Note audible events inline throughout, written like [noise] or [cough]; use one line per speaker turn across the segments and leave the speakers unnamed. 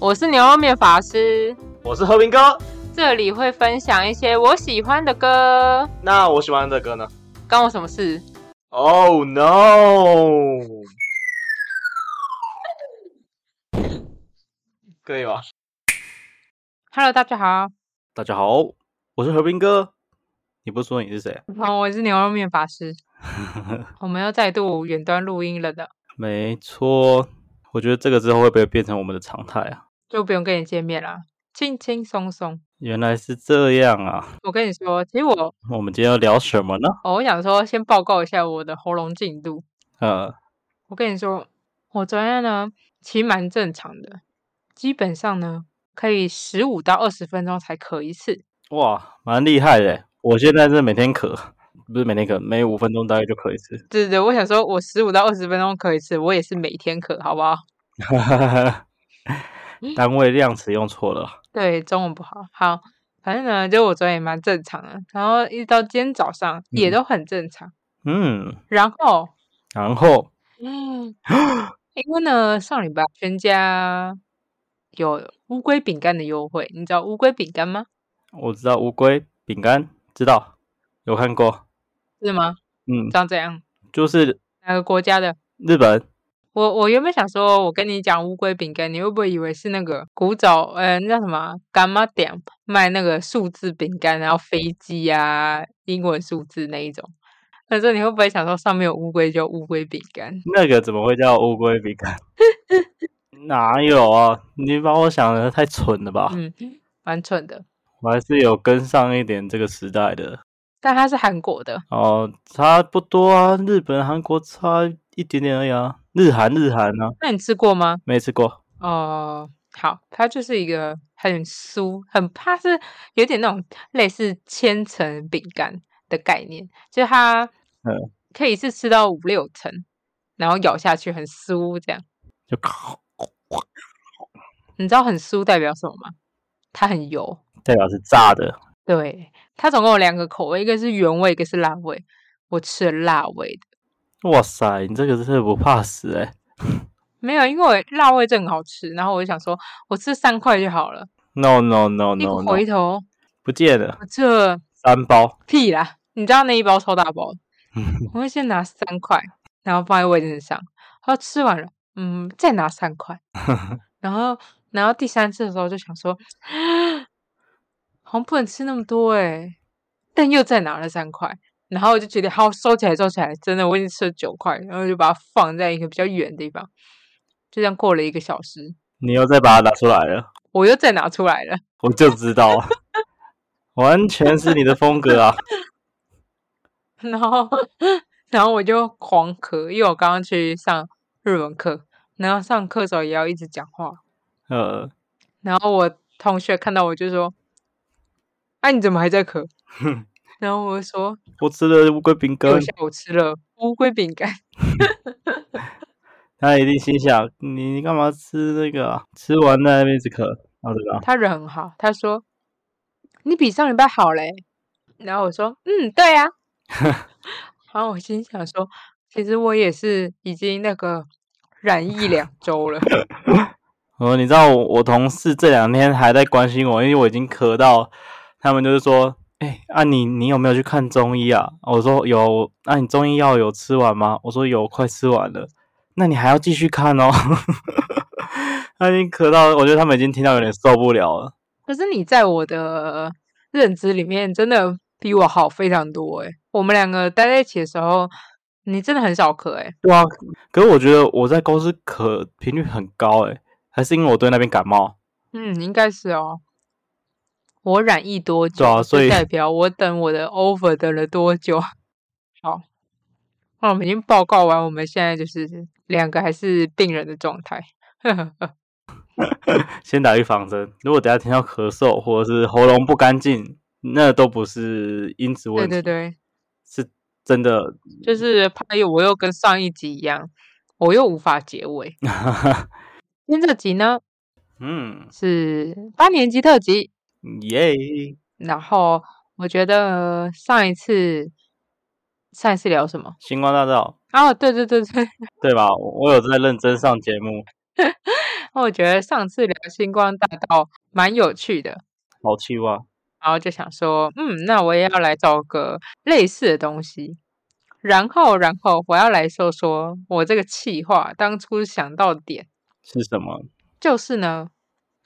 我是牛肉面法师，
我是和平哥。
这里会分享一些我喜欢的歌，
那我喜欢的歌呢
关我什么事？
？Oh no！可以吧？
Hello，大家好，
大家好，我是和平哥。你不是说你是谁啊？
好，哦我是牛肉面法师，我们又再度远端录音了的，
没错，我觉得这个之后会不会变成我们的常态啊？
就不用跟你见面啦，轻轻松松。
原来是这样啊！
我跟你说，其实我、
我们今天要聊什么呢？
哦我想说，先报告一下我的喉咙进度。
呃，
我跟你说，我昨天呢，其实蛮正常的，基本上呢，可以十五到二十分钟才咳一次。
哇，蛮厉害的。我现在是每天咳，不是每天咳，每五分钟大概就咳一次。 [laughs]
对对对，我想说，我十五到二十分钟咳一次，我也是每天咳，好不好？
单位量词用错了。
对，中文不好。好，反正呢，就我昨天也蛮正常的，然后一直到今天早上也
嗯
都很正常。
嗯，
然后，
然后
嗯， [sniffs] 因为呢，上礼拜全家有乌龟饼干的优惠，你知道乌龟饼干吗？
我知道乌龟饼干，知道有看过，
是吗？
嗯，
长怎样？
就是
哪个国家的？
日本
我我原本想说，我跟你讲乌龟饼干，你会不会以为是那个古早呃那叫什么啊干妈店卖那个数字饼干，然后飞机啊英文数字那一种？但是你会不会想说上面有乌龟就乌龟饼干？
那个怎么会叫乌龟饼干？ [laughs] 哪有啊？你把我想的太蠢了吧？
嗯，蛮蠢的。
我还是有跟上一点这个时代的
但它是韩国的，
哦，差不多啊，日本、韩国差一点点而已啊，日韩、日韩啊，
那你吃过吗？
没吃过，
哦、好，它就是一个很酥，很怕是有点那种类似千层饼干的概念，就它
嗯
可以一次吃到五六层，然后咬下去很酥，这样
就
你知道很酥代表什么吗？它很油。
代表是炸的，
对，它总共有两个口味，一个是原味，一个是辣味。我吃了辣味的，
哇塞，你这个是不怕死哎、
没有，因为我辣味正好吃，然后我就想说，我吃三块就好了，
No no no
一个
no no，
回头
不见了，
我吃了
三包，
屁啦！你知道那一包超大包的，我会先拿三块，然后放在位置上。然后吃完了，嗯，再拿三块，然后，然后第三次的时候就想说，好像不能吃那么多诶、但又再拿了三块，然后我就觉得好收起来，收起来，真的我已经吃了九块，然后就把它放在一个比较远的地方。就这样过了一个小时，
你又再把它拿出来了，
我又再拿出来了，
我就知道啊，完全是你的风格啊！
然后然后我就狂咳，因为我刚刚去上日文课，然后上课的时候也要一直讲话，
呃，
然后我同学看到我就说：“哎、你怎么还在咳？”然后我就说
我吃了乌龟饼：“
因为
干
我，下午吃了乌龟饼干。
他一定心想你你干嘛吃那个啊？吃完在那边一直咳，好的”吧？
他人很好，他说：“你比上礼拜好嘞。”然后我说：“嗯，对啊。”然后我心想说：“其实我也是已经那个染疫两周了。”
哦，你知道我我同事这两天还在关心我，因为我已经咳到，他们就是说，哎、啊你你有没有去看中医啊？我说有，那、你中医药有吃完吗？我说有，快吃完了。那你还要继续看哦。 [laughs] 他已经咳到，我觉得他们已经听到有点受不了了。
可是你在我的认知里面，真的比我好非常多诶、欸我们两个待在一起的时候，你真的很少咳诶、欸
对啊，可是我觉得我在公司咳频率很高、欸，还是因为我对那边感冒。
嗯，应该是哦。我染疫多久，
啊
就
所以
代表我等我的 over 等了多久。好，那我们已经报告完，我们现在就是两个还是病人的状态。
先打预防针，如果等下听到咳嗽或者是喉咙不干净，那都不是因子
对
问题，
对对，
是真的。 [laughs]
就是怕又我又跟上一集一样，我又无法结尾。今天这集呢
嗯，
是八年级特辑，
耶、
然后我觉得上一次上一次聊什么？
星光大道，
哦，对对对对， [laughs]
对吧？我有在认真上节目，
那我觉得上次聊星光大道蛮有趣的，
好气哇！
然后就想说，嗯，那我也要来找个类似的东西。然后，然后我要来说说我这个气话，当初想到的点
是什么？
就是呢，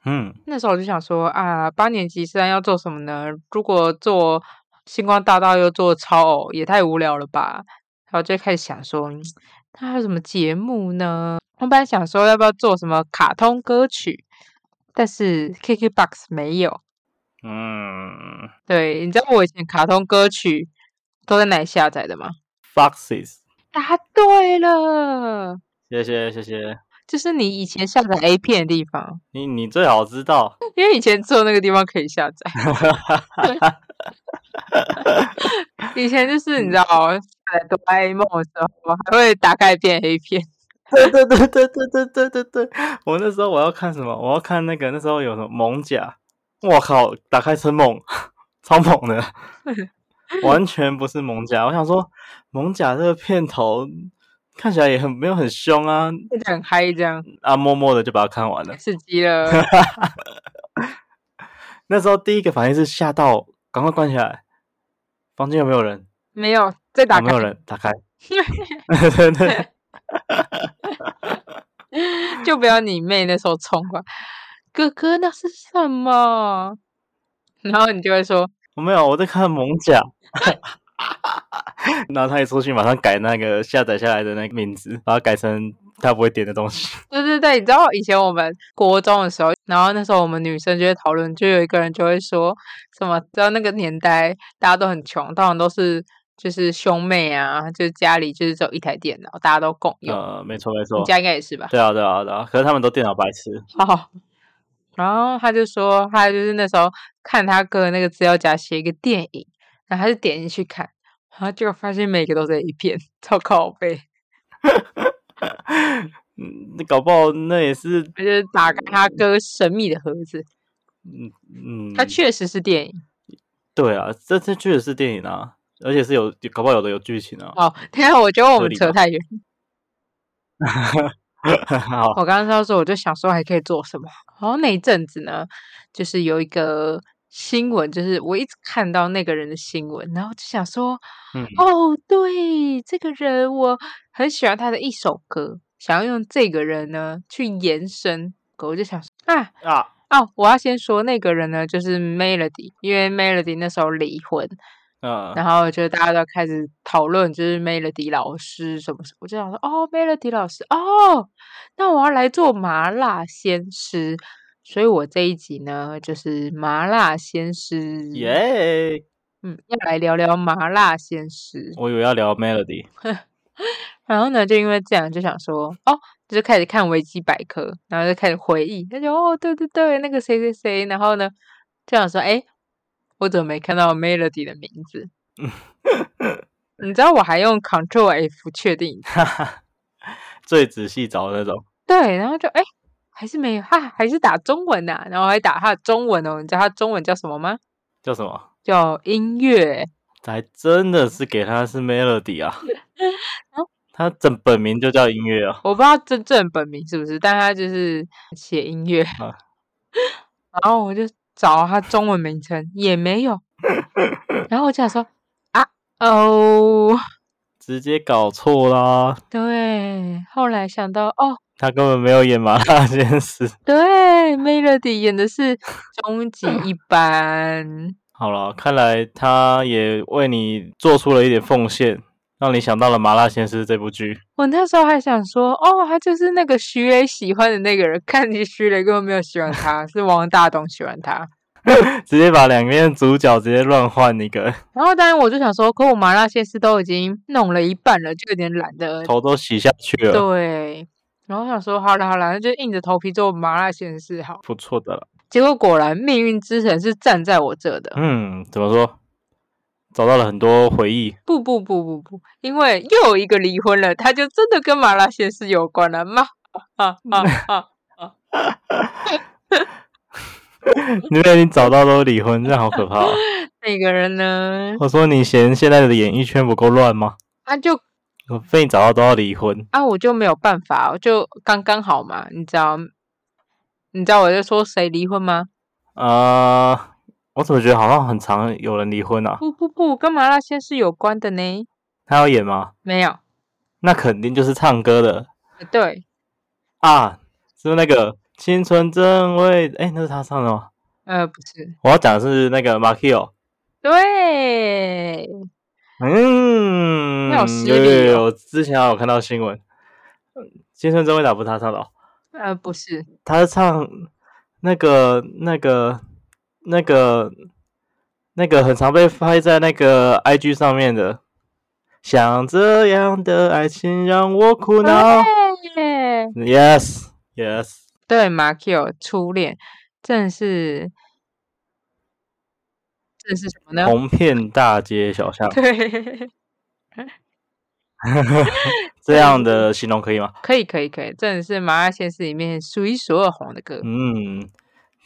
嗯，
那时候我就想说啊，八年级生要做什么呢？如果做星光大道又做超偶，也太无聊了吧。然后就开始想说，嗯那还有什么节目呢？我本来想说要不要做什么卡通歌曲，但是 KKBOX 没有。
嗯
对，你知道我以前卡通歌曲都在哪里下载的吗？
，Foxes，
答对了，
谢谢谢谢
就是你以前下载 A 片的地方，
你，你最好知道。
因为以前只有那个地方可以下载。 [laughs] 以前就是你知道，下载哆啦 A 梦的时候，还会打开一遍 A 片。
对对对对对对对对对，我那时候我要看什么？我要看那个那时候有什么猛甲，我靠，打开成猛， [laughs] 超
[laughs]
猛的，完全不是猛甲。我想说，猛甲这个片头看起来也很没有很凶啊
就很嗨，这样
啊，默默的就把它看完了
太。刺激了。
那时候第一个反应是吓到，赶快关起来，房间有没有人？
没有，再打
有没
开
有人？
[laughs]
打开。 [laughs] 对对，
就不要你妹那时候冲过来，哥哥那是什么？ [laughs] 然后你就会说，
我没有，我在看猛甲。 [laughs] 然后他一出去，马上改那个下载下来的那个名字，把它改成他不会点的东西。
对对对，你知道以前我们国中的时候，然后那时候我们女生就会讨论，就有一个人就会说什么，知道那个年代大家都很穷，通常都是就是兄妹啊，就是家里就是只有一台电脑，大家都共用。
呃，没错没
你
错，
家应该也嗯是吧？
对啊对啊对啊。可是他们都电脑白痴，
好，然后他就说，他就是那时候看他哥的那个资料夹写一个电影，然后他就点进去看，然后结果发现每个都在一片， [laughs] 超靠背，
嗯，那搞不好那也是，
他就是打开他哥神秘的盒子，
嗯嗯，
它确实是电影、
对啊，这这确实是电影啊，而且是有搞不好有的有剧情啊。 [laughs]
哦。等一下我觉得我
合
们
理
扯
吧
太远，
好，
我刚刚要说，我就想说还可以做什么。然后那一阵子呢，就是有一个新闻，就是我一直看到那个人的新闻，然后就想说，
嗯
哦，对，这个人我很喜欢他的一首歌，想要用这个人呢去延伸。我就想说啊，
啊，
哦，我要先说那个人呢，就是 Melody，因为 Melody 那时候离婚，
嗯、
然后就大家都开始讨论，就是 Melody 老师什么什么，我就想说，哦，Melody 老师，哦，那我要来做麻辣鲜师，所以我这一集呢就是麻辣鲜师，
耶、
嗯，要来聊聊麻辣鲜师。
我以为要聊 Melody，
然后呢，就因为这样就想说，哦，就开始看维基百科，然后就开始回忆，他就哦，对对对，那个谁谁谁，然后呢，就想说，哎，我怎么没看到 Melody 的名字？ [laughs] 你知道我还用 Control F 确定一次，
最仔细找的那种。
对，然后就哎，诶还是没有，哈、还是打中文呐、然后还打他的中文哦，你知道他中文叫什么吗？
叫什么？
叫音乐，
还真的是给他是 Melody 啊
哦，
他整本名就叫音乐啊。
我不知道真正本名是不是，但他就是写音乐，
啊
[laughs] 然后我就找他中文名称也没有，然后我就想说啊哦，
直接搞错啦，
对，后来想到哦，
他根本没有演麻辣鲜师。
对，Melody 演的是终极一班，
好了，看来他也为你做出了一点奉献，让你想到了《麻辣鲜师》这部剧。
我那时候还想说哦，他就是那个徐磊喜欢的那个人，看你徐磊根本没有喜欢他，是王大东喜欢他。
直接把两边主角直接乱换一个，
然后当然我就想说，可我麻辣鲜师都已经弄了一半了，就有点懒得
头都洗下去了，
对，然后我想说，好啦好啦，那就硬着头皮做麻辣鲜师好。
不错的了。
结果果然命运之神是站在我这的。
嗯，怎么说？找到了很多回忆。 [laughs]
不不不不不，因为又有一个离婚了，他就真的跟麻辣鲜师有关了嘛。啊啊啊！
你被你找到都离婚，这样好可怕、啊。
那个人呢，
我说你嫌现在的演艺圈不够乱吗？
他就
我被你找到都要离婚，
啊，我就没有办法，我就刚刚好嘛，你知道，你知道我在说谁离婚吗？
呃，我怎么觉得好像很常有人离婚啊？
不不不，跟麻辣鲜师有关的呢？
他要演吗？
没有，
那肯定就是唱歌的
对，
啊，是不是那个《青春正味》？哎，那是他唱的吗？
呃，不是，
我要讲的是那个 Markio。
对，
嗯，
那有失
有有
礼
有
哦
有，之前有看到新闻，嗯青春真会打不是他唱的、哦，
呃，不是，
他是唱那个那个那个那个很常被拍在那个 IG 上面的。像这样的爱情让我苦恼。
对
Yes, yes。
对，马 Q 初恋，正是正是什么呢？
红遍大街小巷，
[laughs] 对，
这样的形容可以吗？
可以可以可以，真的是麻辣鲜师里面数一数二红的歌。
嗯，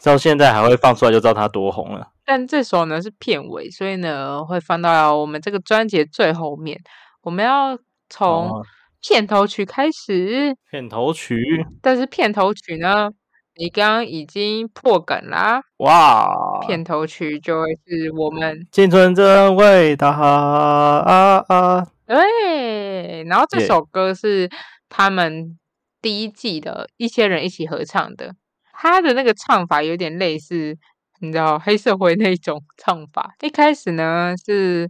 到现在还会放出来，就知道他多红了。
但这首呢是片尾，所以呢会放到我们这个专辑的最后面。我们要从
哦，
片头曲开始，
片头曲，
但是片头曲呢，你刚刚已经破梗啦。
哇，
片头曲就会是我们
青春真伟大啊啊！
对，然后这
耶
首歌是他们第一季的一些人一起合唱的，他的那个唱法有点类似，你知道黑社会那一种唱法。一开始呢是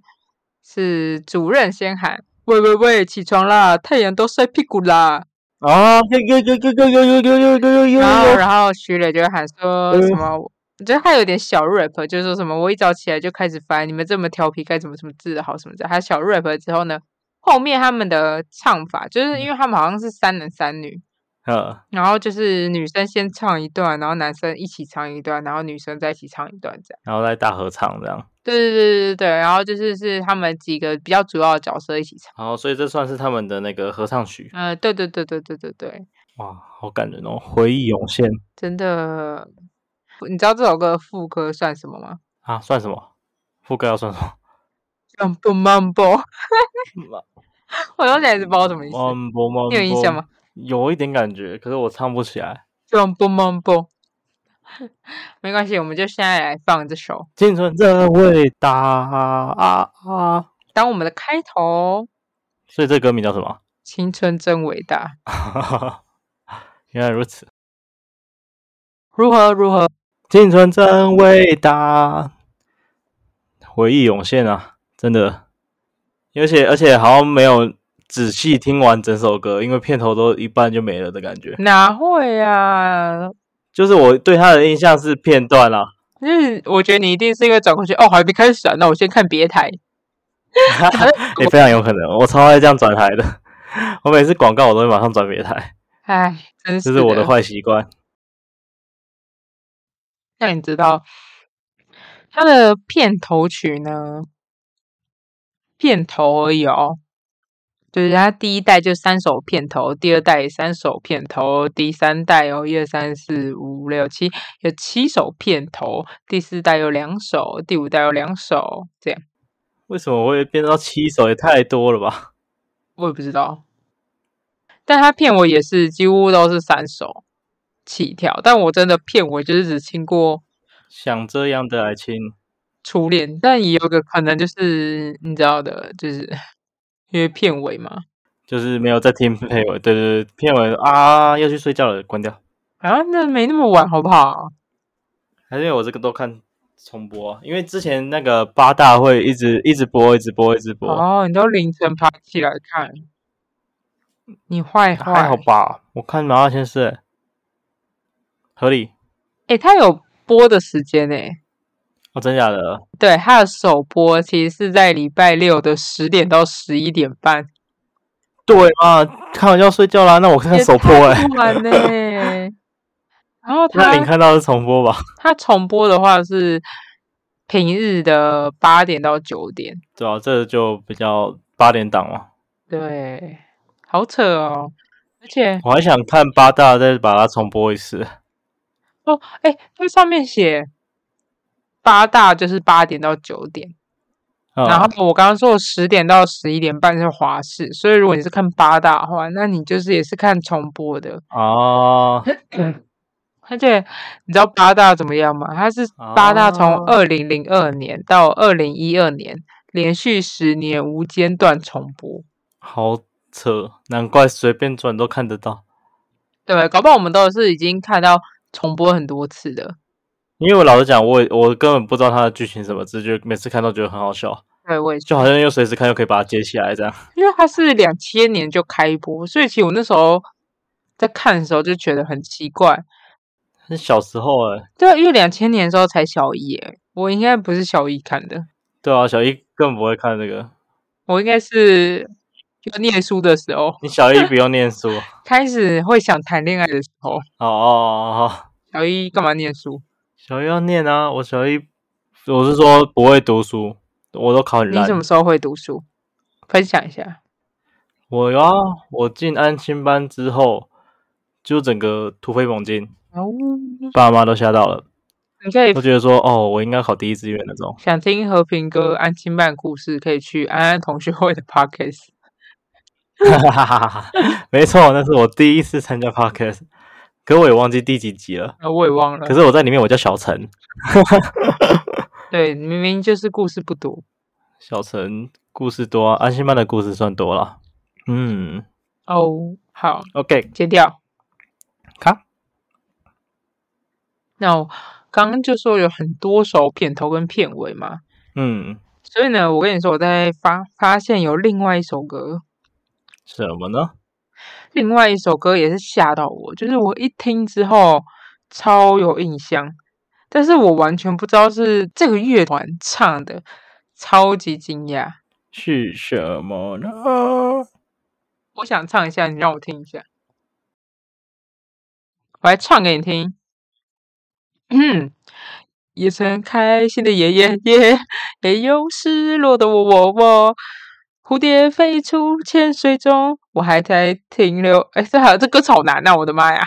是主任先喊“喂喂喂，起床啦，太阳都晒屁股啦
啊，呦呦呦呦呦呦呦呦呦呦”，
然后
呦！
然后徐磊就会喊说
嗯
什么。我觉得他有点小 rap，就是说什么我一早起来就开始翻，你们这么调皮该怎么怎么治好什么的。他小 rap 之后呢，后面他们的唱法就是因为他们好像是三男三女，
呃，
然后就是女生先唱一段，然后男生一起唱一段，然后女生再一起唱一段这样。
然后再大合唱这样。
对对对对对，然后就是是他们几个比较主要的角色一起唱。
好，所以这算是他们的那个合唱曲。
呃，对对对对对对对，
哇，好感人哦，回忆涌现
真的，你知道这首歌的副歌算什么吗
啊！算什么？副歌要算什
[laughs]
么
？Mambo Mambo，我 [laughs] 到现在也是不知道什么意思。
？Mambo 哦 Mambo，
你有印象吗？
有一点感觉，可是我唱不起来。
Mambo Mambo，没关系，我们就现在来放这首
青春真伟大啊啊！
当我们的开头。
所以这歌名叫什么？ [laughs]
青春真伟大，
原来如此。
如何如何？
青春真伟大，回忆涌现啊，真的。而且而且好像没有仔细听完整首歌，因为片头都一半就没了的感觉。
哪会啊？
就是我对他的印象是片段啊啦、
就是我觉得你一定是一个转过去哦，还没开始啊，那我先看别台。
也、哎非常有可能，我超爱这样转台的。我每次广告我都会马上转别台，
唉，真
这
是
是我的。坏习惯。
那你知道它的片头曲呢？片头而已哦，就是它第一代就三首片头，第二代也三首片头，第三代有一二三四五六七，有七首片头，第四代有两首，第五代有两首，这样
为什么我会变到七首？也太多了吧？
我也不知道。但他骗我也是几乎都是三首起跳，但我真的骗我就是只听过
像这样的爱情，
初恋，但也有个可能就是你知道的，就是 [laughs] 因为片尾嘛，
就是没有在听片尾，对对对，片尾啊要去睡觉了，关掉。
啊，那没那么晚好不好？
还是因为我这个都看重播啊、因为之前那个八大会一直一直播，一直播，一直播，
哦，你都凌晨爬起来看，你坏坏。
还好吧？我看麻辣鲜师、欸，合理
诶、他有播的时间诶、
哦，真假的？
对，他的首播其实是在礼拜六的十点到十一点半。
对啊，看完就要睡觉啦，那我看
也
首播
太
哎、
不晚呢、然后
[laughs] 那你
他
看到是重播吧？
他重播的话是平日的八点到九点，
对啊，这就比较八点档嘛。
对，好扯哦。而且
我还想看八大，再把它重播一次。
哦，哎，它上面写八大就是八点到九点，
嗯、
然后我刚刚说十点到十一点半是华视，所以如果你是看八大的话，那你就是也是看重播的。
啊，
而且你知道八大怎么样吗？它是八大从
哦
二零零二年到二零一二年连续十年无间断重播。
好扯，难怪随便转都看得到。
对，搞不好我们都是已经看到重播很多次的。
因为我老实讲，我也我根本不知道它的剧情什么，只是觉得每次看都觉得很好笑，
对，我也
就好像又随时看又可以把它接起来这样。
因为它是两千年就开播，所以其实我那时候在看的时候就觉得很奇怪。
那小时候哎、
对啊，因为两千年的时候才小一耶，我应该不是小一看的，
对啊，小一根本不会看这个，
我应该是就念书的时候
你小一不用
[laughs]
念书。
开始会想谈恋爱的时候。
哦哦哦哦，
小一干嘛念书？
小一要念啊，我小一我是说不会读书，我都考很
你
烂
什。么时候会读书？分享一下。
我呀、我进安亲班之后，就整个突飞猛进，
哦，
爸妈都吓到了，
你可以
都觉得说哦，我应该考第一志愿那种。 [laughs]
想听和平哥安亲办故事，可以去安安同学会的 podcast。
哈哈哈哈哈！没错，那是我第一次参加 podcast，可我也忘记第几集了。
呃，我也忘了
可。是我在里面我叫小陈，
对，明明就是故事不多。
小陈故事多、啊，安心班的故事算多了。嗯
哦，好，
，OK，
剪掉。
卡，
那我刚刚就说有很多首片头跟片尾嘛，
嗯，
所以呢，我跟你说，我在发发现有另外一首歌，
什么呢？
另外一首歌也是吓到我，就是我一听之后超有印象，但是我完全不知道是这个乐团唱的，超级惊讶。
是什么呢？
我想唱一下，你让我听一下，我来唱给你听。嗯，也曾开心的爷爷爷，也有失落的我我我。蝴蝶飞出浅水中，我还在停留。哎，这好，这歌词好难啊呐、我的妈呀，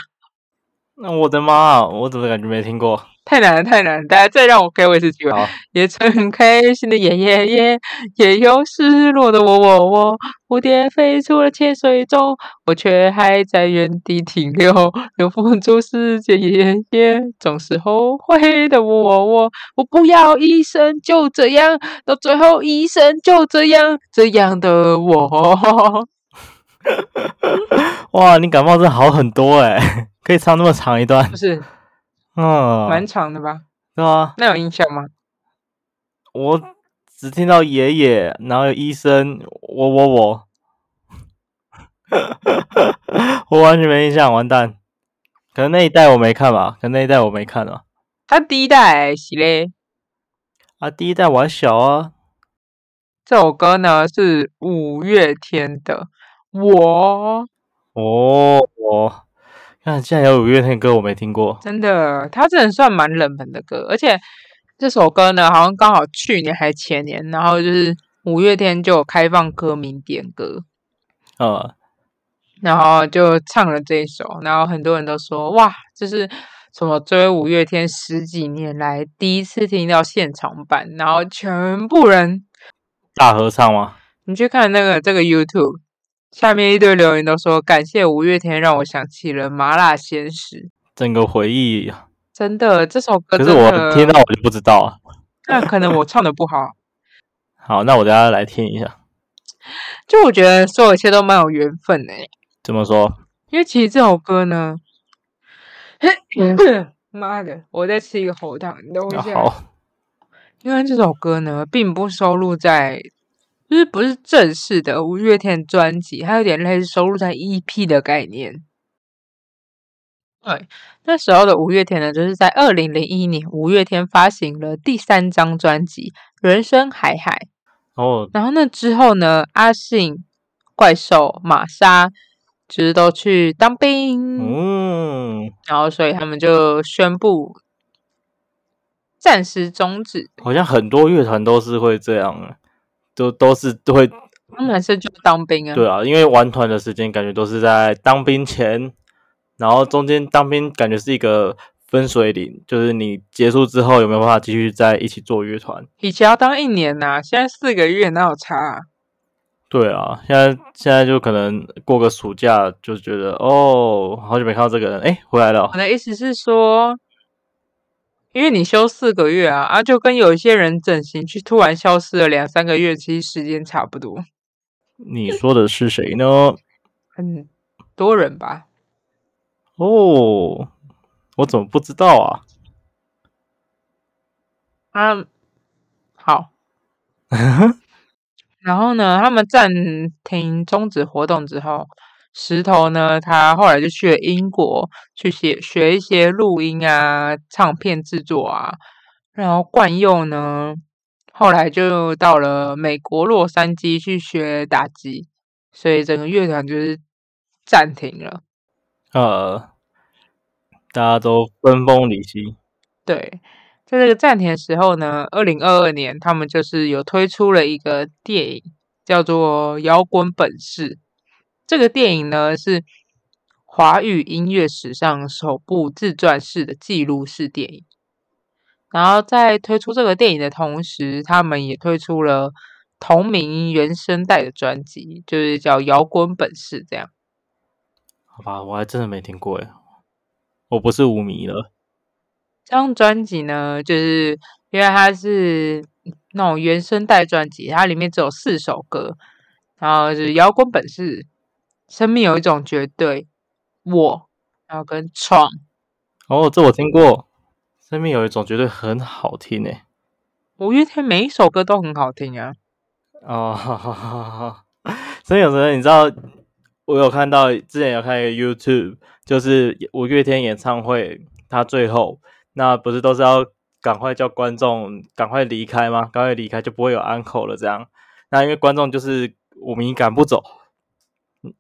那我的妈啊，我怎么感觉没听过？
太难了，太难了！大家再让我给我一次机会。
好，
也曾开心的耶耶耶，也有失落的我我我。蝴蝶飞出了浅水中，我却还在原地停留。流风中世界耶耶，总是后悔的我我我。我不要一生就这样，到最后一生就这样，这样的我。 [laughs]
哇，你感冒真的好很多哎、可以唱那么长一段
不，是蛮
嗯，
长的吧？
对啊，
那有印象吗？
我只听到爷爷，然后有医生，我我我， [laughs] 我完全没印象，完蛋，可能那一代我没看吧，可能那一代我没看啊，
他第一代是嘞，
啊，第一代我还小啊，
这首歌呢是五月天的《我》。
哦，我，看竟然有五月天的歌我没听过，
真的，他真的算蛮冷门的歌，而且这首歌呢，好像刚好去年还前年，然后就是五月天就有开放歌名点歌，
呃，
然后就唱了这一首，然后很多人都说哇，这是什么追五月天十几年来第一次听到现场版，然后全部人
大合唱吗？
你去看那个这个 YouTube。下面一堆留言都说感谢五月天，让我想起了麻辣鲜师。
整个回忆，
真的，这首歌
可
真
是
的，
我听到我就不知道了。
那可能我唱的不好，
好，那我等下来听一下，
就我觉得所有一切都蛮有缘分的、欸
怎么说？
因为其实这首歌呢， [laughs] 妈的，我在吃一个喉糖，你等我一下。
好，
因为这首歌呢，并不收录在，就是不是正式的五月天专辑，它有点类似收录在 EP 的概念。对，那时候的五月天呢，就是在二零零一年，五月天发行了第三张专辑《人生海海》。
哦，
然后那之后呢，阿信、怪兽、玛莎就是都去当兵，
嗯，
然后所以他们就宣布暂时终止。
好像很多乐团都是会这样的，都都是都会
他们男生就当兵啊，
对啊，因为玩团的时间感觉都是在当兵前，然后中间当兵感觉是一个分水岭，就是你结束之后有没有办法继续在一起做乐团？
以前要当一年呐、现在四个月哪有差、啊？
对啊，现在现在就可能过个暑假就觉得哦，好久没看到这个人，哎，回来了
我，的意思是说，因为你休四个月啊，啊，就跟有一些人整形去突然消失了两三个月，其实时间差不多，
你说的是谁呢？
很多人吧。
哦，我怎么不知道啊？
啊，好。然后呢，他们暂停终止活动之后，石头呢，他后来就去了英国去写学一些录音啊、唱片制作啊。然后冠佑呢，后来就到了美国洛杉矶去学打击，所以整个乐团就是暂停了。
呃，大家都分崩离析。
对，在这个暂停的时候呢，二零二二年他们就是有推出了一个电影，叫做《摇滚本事》。这个电影呢是华语音乐史上首部自传式的记录式电影。然后在推出这个电影的同时，他们也推出了同名原声带的专辑，就是叫《摇滚本事》这样。
好吧，我还真的没听过哎，我不是舞迷了。
这张专辑呢，就是因为它是那种原声带专辑，它里面只有四首歌，然后就是摇滚本事、生命有一种绝对、我，然后跟闯。
哦，这我听过，生命有一种绝对很好听哎。
五月天每一首歌都很好听啊，
哦， [laughs] 哈哈哈哈所以有时候你知道，我有看到之前有看一个 YouTube，就是五月天演唱会，他最后那不是都是要赶快叫观众赶快离开吗？赶快离开就不会有安口了这样。那因为观众就是舞迷赶不走，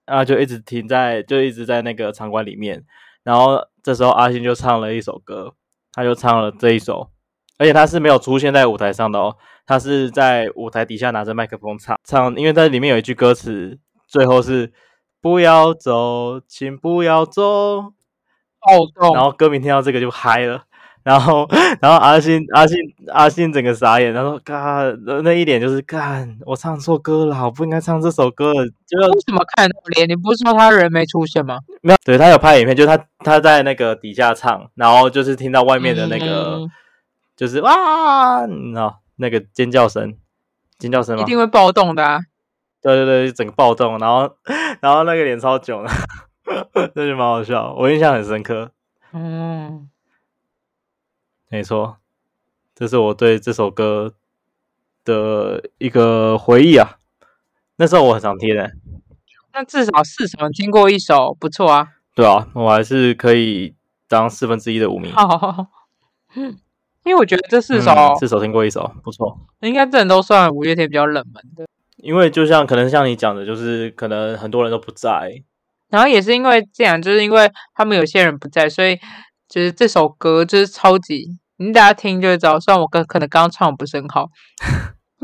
啊就一直停在就一直在那个场馆里面。然后这时候阿信就唱了一首歌，他就唱了这一首，而且他是没有出现在舞台上的哦，他是在舞台底下拿着麦克风唱唱，因为在里面有一句歌词，最后是“不要走，请不要走
暴”，
然
动。
后歌迷听到这个就嗨了，然后然后阿信阿信阿信整个傻眼，他说：“嘎，那一脸就是干，我唱错歌了，我不应该唱这首歌了。”就
为什么看得到脸？你不是说他人没出现吗？
没有，对他有拍影片，就是他他在那个底下唱，然后就是听到外面的那个、
嗯
就是哇，你知道那个尖叫声，尖叫声吗
一？定会暴动的啊！
对对对，整个暴动，然后然后那个脸超囧的， [laughs] 那就蛮好笑，我印象很深刻。
嗯，
没错，这是我对这首歌的一个回忆啊。那时候我很常听的、
那至少四首你听过一首，不错啊。 [laughs]
对啊，我还是可以当四分之一的舞迷。
好，因为我觉得这四首、
嗯四首听过一首，不错。
应该真的都算五月天比较冷门的。
因为就像可能像你讲的，就是可能很多人都不在，
然后也是因为这样，就是因为他们有些人不在，所以就是这首歌就是超级，你大家听就会知道。虽然我刚可能刚刚唱得不是很好，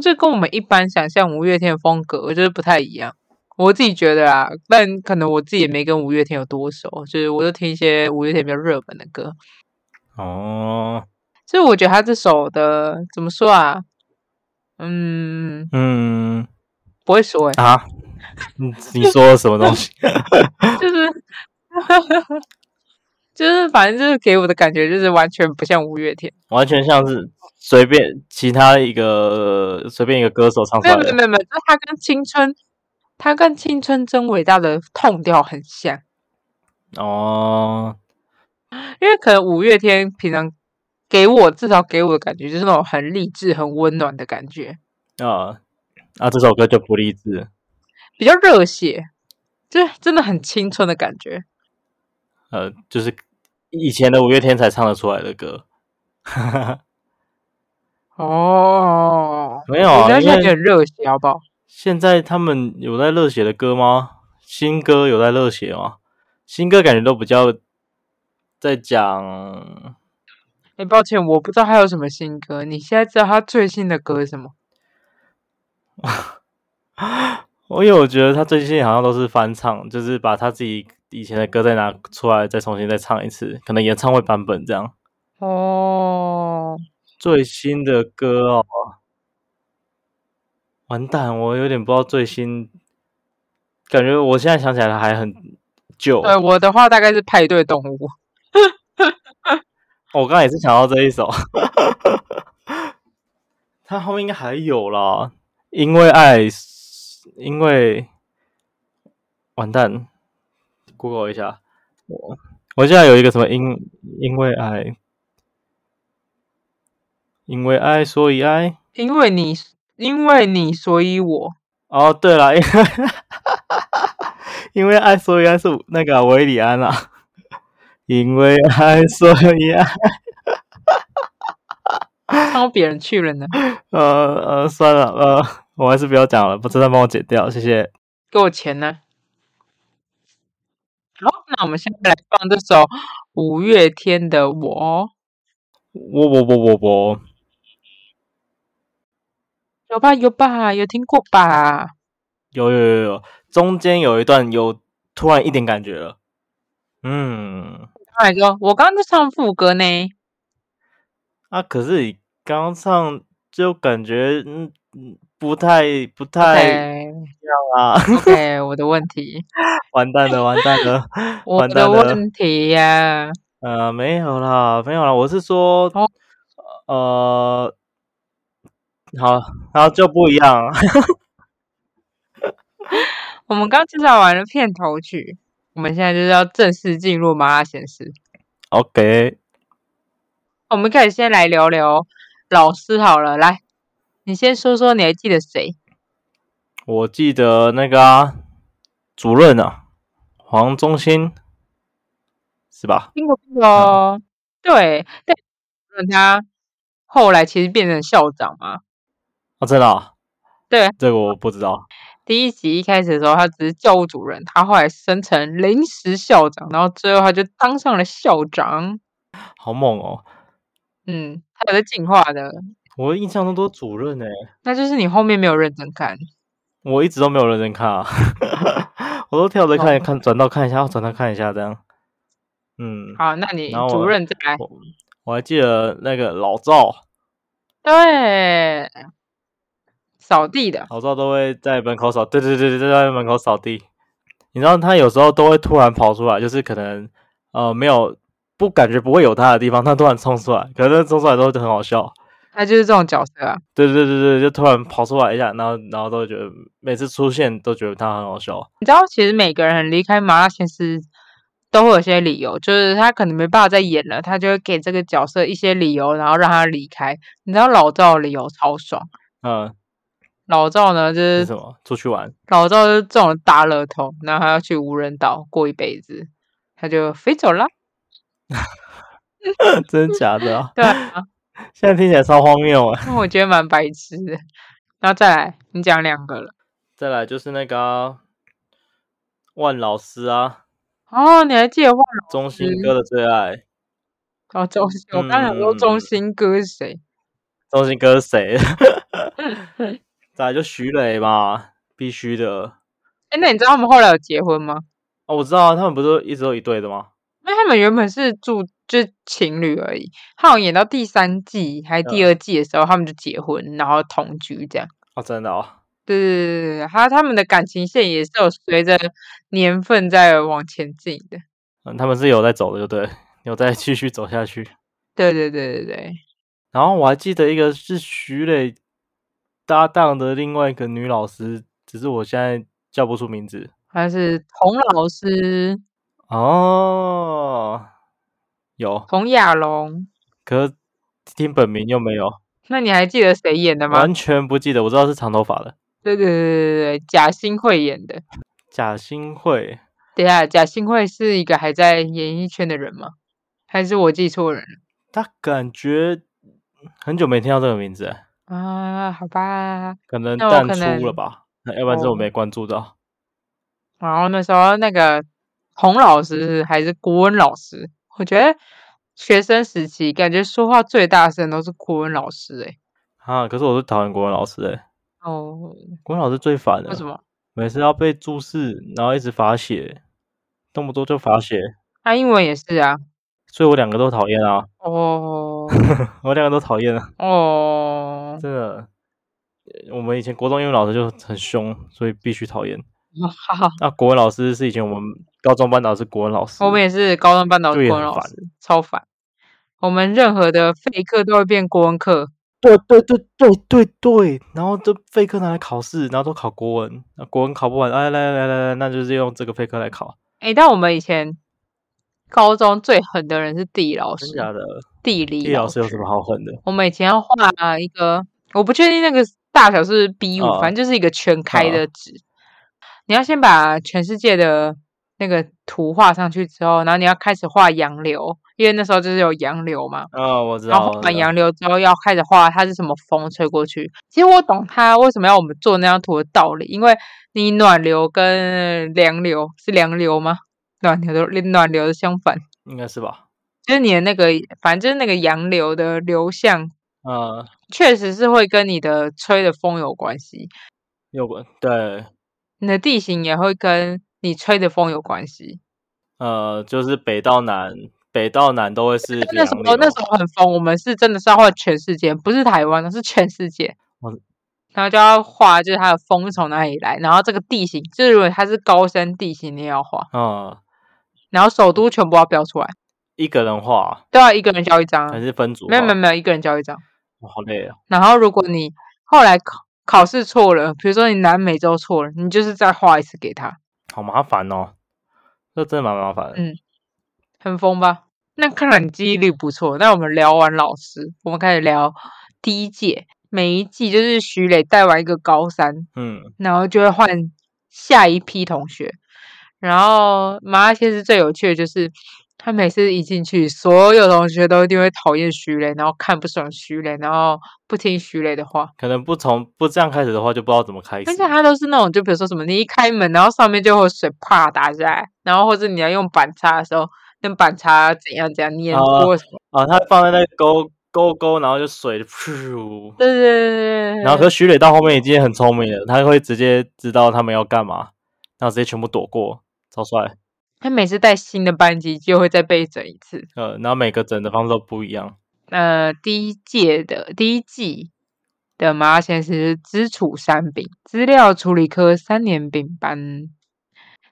这跟我们一般想象五月天的风格就是不太一样。我自己觉得啊，但可能我自己也没跟五月天有多熟，就是我都听一些五月天比较热门的歌。
哦，
所以我觉得他这首的怎么说啊？嗯，
嗯
不会说欸诶、
啊，你你说什么东西？
就是 [laughs] 就是，反正就是给我的感觉就是完全不像五月天。
完全像是随便其他一个呃随便一个歌手唱出
没
来
有没有
的
没有，没有就是它跟青春，它跟青春真伟大的痛调很像，
哦，
因为可能五月天平常给我至少给我的感觉就是那种很励志、很温暖的感觉，
啊啊，这首歌就不励志
比较热血，就是真的很青春的感觉。
呃，就是以前的五月天才唱得出来的歌，
哦，
没有
我觉
啊，
得
因
现在就
为
很热血，好不好？
现在他们有在热血的歌吗？新歌有在热血吗？新歌感觉都比较在讲。
哎、抱歉，我不知道他有什么新歌。你现在知道他最新的歌是什么？
我因为我觉得他最近好像都是翻唱，就是把他自己以前的歌再拿出来，再重新再唱一次，可能演唱会版本这样。
哦，
最新的歌哦，完蛋，我有点不知道最新，感觉我现在想起来还很旧。
对我的话大概是派对动物，
我刚才也是想到这一首， [laughs] 它后面应该还有啦，因为爱，因为完蛋，Google 一下，我我现在有一个什么因因为爱，因为爱所以爱。
因为你因为你所以我
哦，对了，因为因为爱所以爱是那个啊维里安啊，因为爱所以爱。
唱到别人去了呢，
呃呃，算了，呃，我还是不要讲了，不知道帮我剪掉，谢谢。
给我钱呢。好，那我们现在来放这首五月天的《我》哦。
我我我我我，
有吧有吧，有听过吧？
有有有有，中间有一段有突然一点感觉了，嗯，
哪一个？我刚刚在唱副歌呢。
啊，可是你刚刚唱就感觉嗯嗯不太不太
OK
啊， [laughs]
OK，我的问题，
完蛋了完蛋了，
我
完
的
蛋了
问题呀、
呃，没有啦，没有啦，我是说，
哦
呃，好，然后就不一样，
我们刚介绍完了片头曲，我们现在就是要正式进入麻辣鲜师。
OK，
我们可以先来聊聊老师好了，来，你先说说你还记得谁？
我记得那个啊、主任啊，黄忠新是吧？
听过听
嗯
过，对，但他后来其实变成校长嘛。
哦，真的啊、
对，
这个我不知道。
第一集一开始的时候，他只是教务主任，他后来升成临时校长，然后最后他就当上了校长。
好猛哦！
嗯，他有在进化的，
我印象中都是主任哎、
那就是你后面没有认真看。
我一直都没有认真看啊， [laughs] 我都跳着看看，转到看一下，转到看一下这样。嗯，
好，那你
然后
主
我
任再来。
我我还记得那个老赵，
对，扫地的，
老赵都会在门口扫，对对对对，在门口扫地。你知道他有时候都会突然跑出来，就是可能呃没有不感觉不会有他的地方，他突然冲出来，可是冲出来之后就很好笑。
他就是这种角色啊。
对对对对，就突然跑出来一下，然后然后都会觉得每次出现都觉得他很好笑。
你知道，其实每个人离开麻辣鲜师都会有些理由，就是他可能没办法再演了，他就会给这个角色一些理由，然后让他离开。你知道老赵的理由超爽，
嗯，
老赵呢就是是
什么？出去玩？ [laughs]
老赵就中了大乐透，然后他要去无人岛过一辈子，他就飞走了。
真的假的、啊？
[laughs] 对啊，
现在听起来超荒谬啊！
我觉得蛮白痴的。然后再来，你讲两个了。
再来就是那个啊、万老师啊，
哦，你还记得忘了
中心
嗯
哥的最爱。
哦，周星，我刚想说
嗯
中心哥是谁？
中心哥是谁？再来就徐磊嘛，必须的。
哎、那你知道他们后来有结婚吗？
哦，我知道啊，他们不是一直都一对的吗？
因为他们原本是住就是情侣而已，他好像演到第三季还第二季的时候，他们就结婚，然后同居这样。
哦，真的哦。
对对对对对，他他们的感情线也是有随着年份在往前进的。
嗯，他们是有在走的，就对，有在继续走下去。
对对对对对，
然后我还记得一个是徐磊搭档的另外一个女老师，只是我现在叫不出名字。
他是童老师、
哦，有，
童亚龙。
可是听本名又没有，
那你还记得谁演的吗？
完全不记得。我知道是长头发的
对对对对对，贾新慧演的。
贾新慧，
等一下，贾新慧是一个还在演艺圈的人吗？还是我记错人了
他感觉很久没听到这个名字了，
啊？好吧，
可能
那我
淡
可
出了
能
吧，那要不然是我
哦
没关注到。
然后那时候那个洪老师还是国文老师，我觉得学生时期感觉说话最大声都是国文老师欸诶、
啊！可是我是讨厌国文老师诶、
哦，
国文老师最烦
为什
了，
么？
每次要被注释，然后一直罚写，动不动就罚写，
他、英文也是啊。
所以我两个都讨厌啊，
哦
[laughs] 我两个都讨厌啊，
哦，
真的。我们以前国中英文老师就很凶，所以必须讨厌。
好好，
那国文老师是以前我们高中班导是国文老师，
我们也是高中班导
就也
国文
很
老
烦
师，超烦。我们任何的废课都会变国文课，
对对对对对对，然后这废课拿来考试，然后都考国文，那国文考不完，哎来来来来来，那就是用这个废课来考，
诶，但我们以前高中最狠的人是地理老师
真，假 [laughs] 的？
地理
地理老师有什么好狠的？
我们以前要画一个，我不确定那个大小是不是 B 五、
哦
反正就是一个全开
哦
的纸。你要先把全世界的那个图画上去之后，然后你要开始画洋流，因为那时候就是有洋流嘛。
啊，我知
然
道
后画
了，
完洋流之后，要开始画它是什么风吹过去。其实我懂它为什么要我们做那张图的道理，因为你暖流跟凉流是凉流吗？暖流的暖流的相反，
应该是吧？
就是你的那个，反正就是那个洋流的流向
嗯，
确实是会跟你的吹的风有关系，
有关对，
你的地形也会跟你吹的风有关系。
呃，就是北到南，北到南都会是啊
但那时
洋
候那
流
时候很疯，我们是真的是要画全世界，不是台湾，是全世界
[laughs] 我。
然后就要画，就是它的风是从哪里来，然后这个地形，就是如果它是高山地形，你也要画，
嗯，
然后首都全部要标出来，
一个人画
都要一个人交一张啊，
还是分组
没有没
画
有没有，一个人交一张。
我好累啊！
然后如果你后来考考试错了，比如说你南美洲错了，你就是再画一次给他，
好麻烦哦，这真的蛮麻烦的。
嗯很疯吧？那看来你记忆力不错。那我们聊完老师，我们开始聊第一届。每一季就是徐磊带完一个高三，
嗯，
然后就会换下一批同学。然后麻辣鲜师最有趣的就是，他每次一进去，所有同学都一定会讨厌徐磊，然后看不爽徐磊，然后不听徐磊的话。
可能不从不这样开始的话，就不知道怎么开始
而。且他都是那种，就比如说什么，你一开门，然后上面就会有水啪打下来，然后或者你要用板擦的时候，那板擦怎样怎样粘
哦
锅什么。
啊，他放在那个沟沟沟，然后就水噗，
对对对对，
然后可是徐磊到后面已经很聪明了，他会直接知道他们要干嘛，然后直接全部躲过，超帅。
他每次带新的班级就会再被整一次。
呃，然后每个整的方式都不一样。
呃，第一届的第一季的麻辣鲜师是知楚三饼资料处理科三年丙班，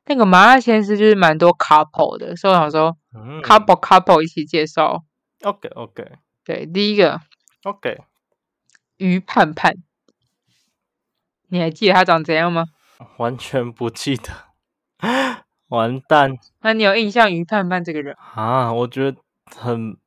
那个麻辣鲜师就是蛮多 couple 的，所以我想说
嗯
couple couple 一起介绍。
，OK OK
对，第一个
OK，
于盼盼，你还记得他长怎样吗？
完全不记得， [laughs] 完蛋
那你有印象于盼盼这个人？
啊！我觉得很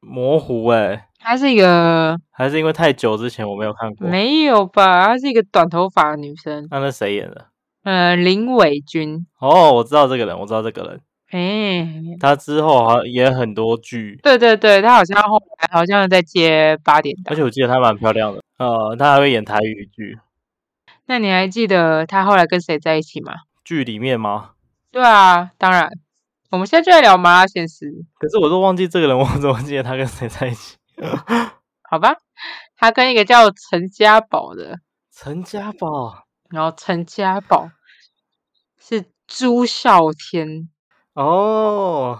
模糊哎、
她是一个
还是因为太久之前我没有看过。
没有吧？她是一个短头发的女生，
那那谁演的？
呃，林伟君，
哦，我知道这个人，我知道这个人，
哎、
他之后好像演很多剧，
对对对，他好像后来好像在接八点
而
档。
且我记得她蛮漂亮的。呃，她还会演台语剧，
那你还记得他后来跟谁在一起吗？
剧里面吗？
对啊，当然。我们现在就在聊麻辣鲜师，
可是我都忘记这个人，我怎么记得他跟谁在一起？
好吧？他跟一个叫陈家宝的，
陈家宝
然后陈家宝是朱孝天，
哦，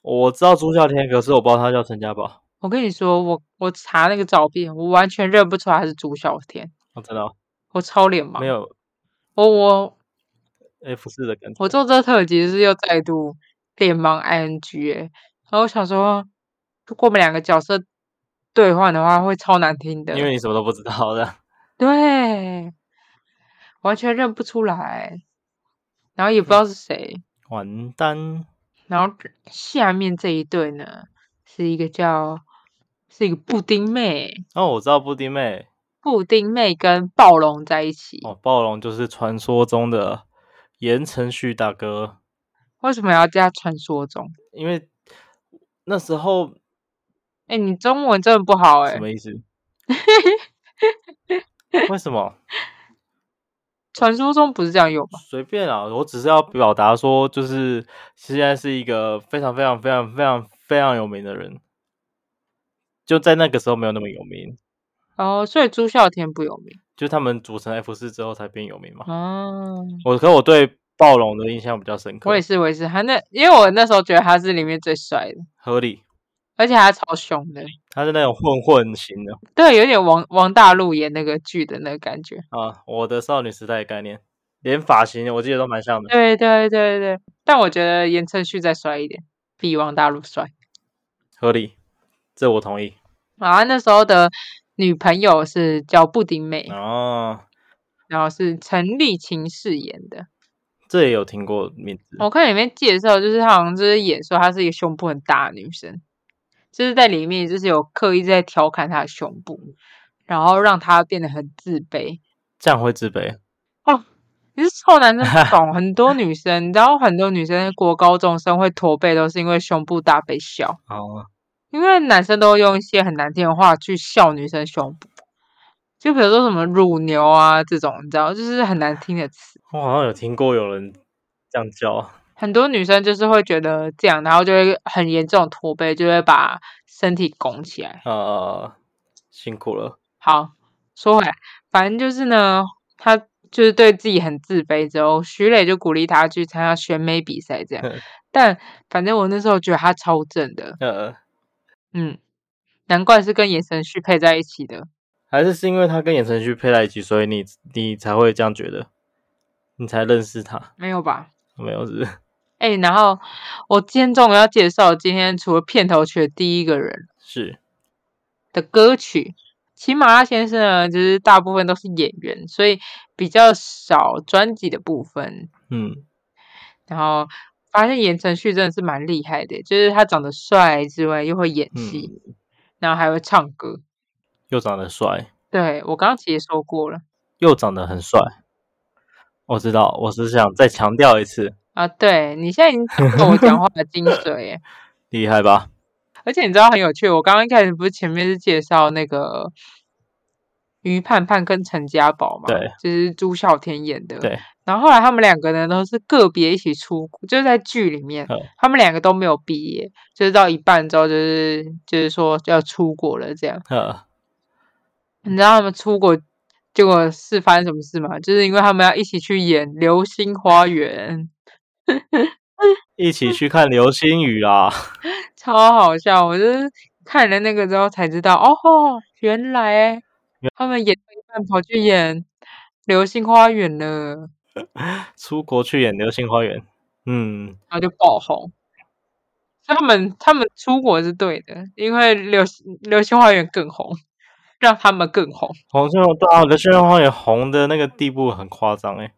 我知道朱孝天，可是我不知道他叫陈家宝。
我跟你说，我我查那个照片，我完全认不出来他是朱孝天，
我知道
我超脸盲。
没，有
我我
F 四的感觉。
我做这特辑是又再度脸盲 ing 哎、然后我想说，如果我们两个角色兑换的话，会超难听的，
因为你什么都不知道的。
对，完全认不出来，然后也不知道是谁。
完蛋，
然后这下面这一对呢，是一个叫是一个布丁妹，
哦，我知道布丁妹
布丁妹跟暴龙在一起，
哦，暴龙就是传说中的言承旭大哥，
为什么要加传说中？
因为那时候
哎，你中文真的不好哎、
什么意思？为什么？
传说中不是这样用吧？
随便啊，我只是要表达说，就是现在是一个非常非常非常非常非常有名的人，就在那个时候没有那么有名，
哦，所以朱孝天不有名
就他们组成 F 四之后才变有名嘛。
啊。
我可我对暴龙的印象比较深刻
我也，是，我也是，他那因为我那时候觉得他是里面最帅的，
合理。
而且还超凶的，
他是那种混混型的
对，有点王王大陆演那个剧的那个感觉。
啊，我的少女时代的概念，连发型我记得都蛮像的。
对对对对，但我觉得言承旭再帅一点，比王大陆帅。
合理，这我同意。
啊，那时候的女朋友是叫布丁妹，
哦，
然后是陈丽琴饰演的。
这也有听过名字。
我看里面介绍，就是她好像就是演说她是一个胸部很大的女生，就是在里面就是有刻意在调侃她的胸部，然后让她变得很自卑。
这样会自卑。
你是臭男生不懂，很多女生，然后很多女生国高中生会驼背，都是因为胸部大被笑，
哦，
因为男生都会用一些很难听的话去笑女生胸部，就比如说什么乳牛啊这种，你知道，就是很难听的词。
我好像有听过有人这样叫。啊
很多女生就是会觉得这样，然后就会很严重地驼背，就会把身体拱起来。
呃，辛苦了。。
好，说回来，反正就是呢，他就是对自己很自卑之后，徐磊就鼓励他去参加选美比赛这样但反正我那时候觉得他超正的，
呃，
嗯，难怪是跟言承旭配在一起的。
还是是因为他跟言承旭配在一起，所以你你才会这样觉得，你才认识他。
没有吧？
没有是不是
哎、然后我今天终于要介绍今天除了片头曲的第一个人
是
的歌曲。骑马拉先生呢，就是大部分都是演员，所以比较少专辑的部分。
嗯，
然后发现言承旭真的是蛮厉害的，就是他长得帅之外，又会演戏，
嗯
然后还会唱歌。
又长得帅，
对我刚刚其实说过了
又长得很帅。我知道，我只是想再强调一次，
啊，对你现在已经掌握我讲话的精髓耶。
厉害吧？
而且你知道很有趣，我刚刚一开始不是前面是介绍那个于盼盼跟陈家宝嘛，
对，
就是朱孝天演的，
对。
然后后来他们两个呢都是个别一起出国，就是在剧里面
嗯，
他们两个都没有毕业，就是到一半之后就是就是说要出国了这样。
呃，
你知道他们出国结果是发生什么事吗？就是因为他们要一起去演《流星花园 [laughs]
一起去看流星雨啊啦。》，
超好笑。我就是看了那个之后才知道，哦吼，原来他们演到一半跑去演《流星花园》了，
出国去演《流星花园》。嗯，
然后就爆红。所以他们他们出国是对的，因为流星流星花园更红，让他们更红，
红星对啊，《流星花园》红的那个地步很夸张哎。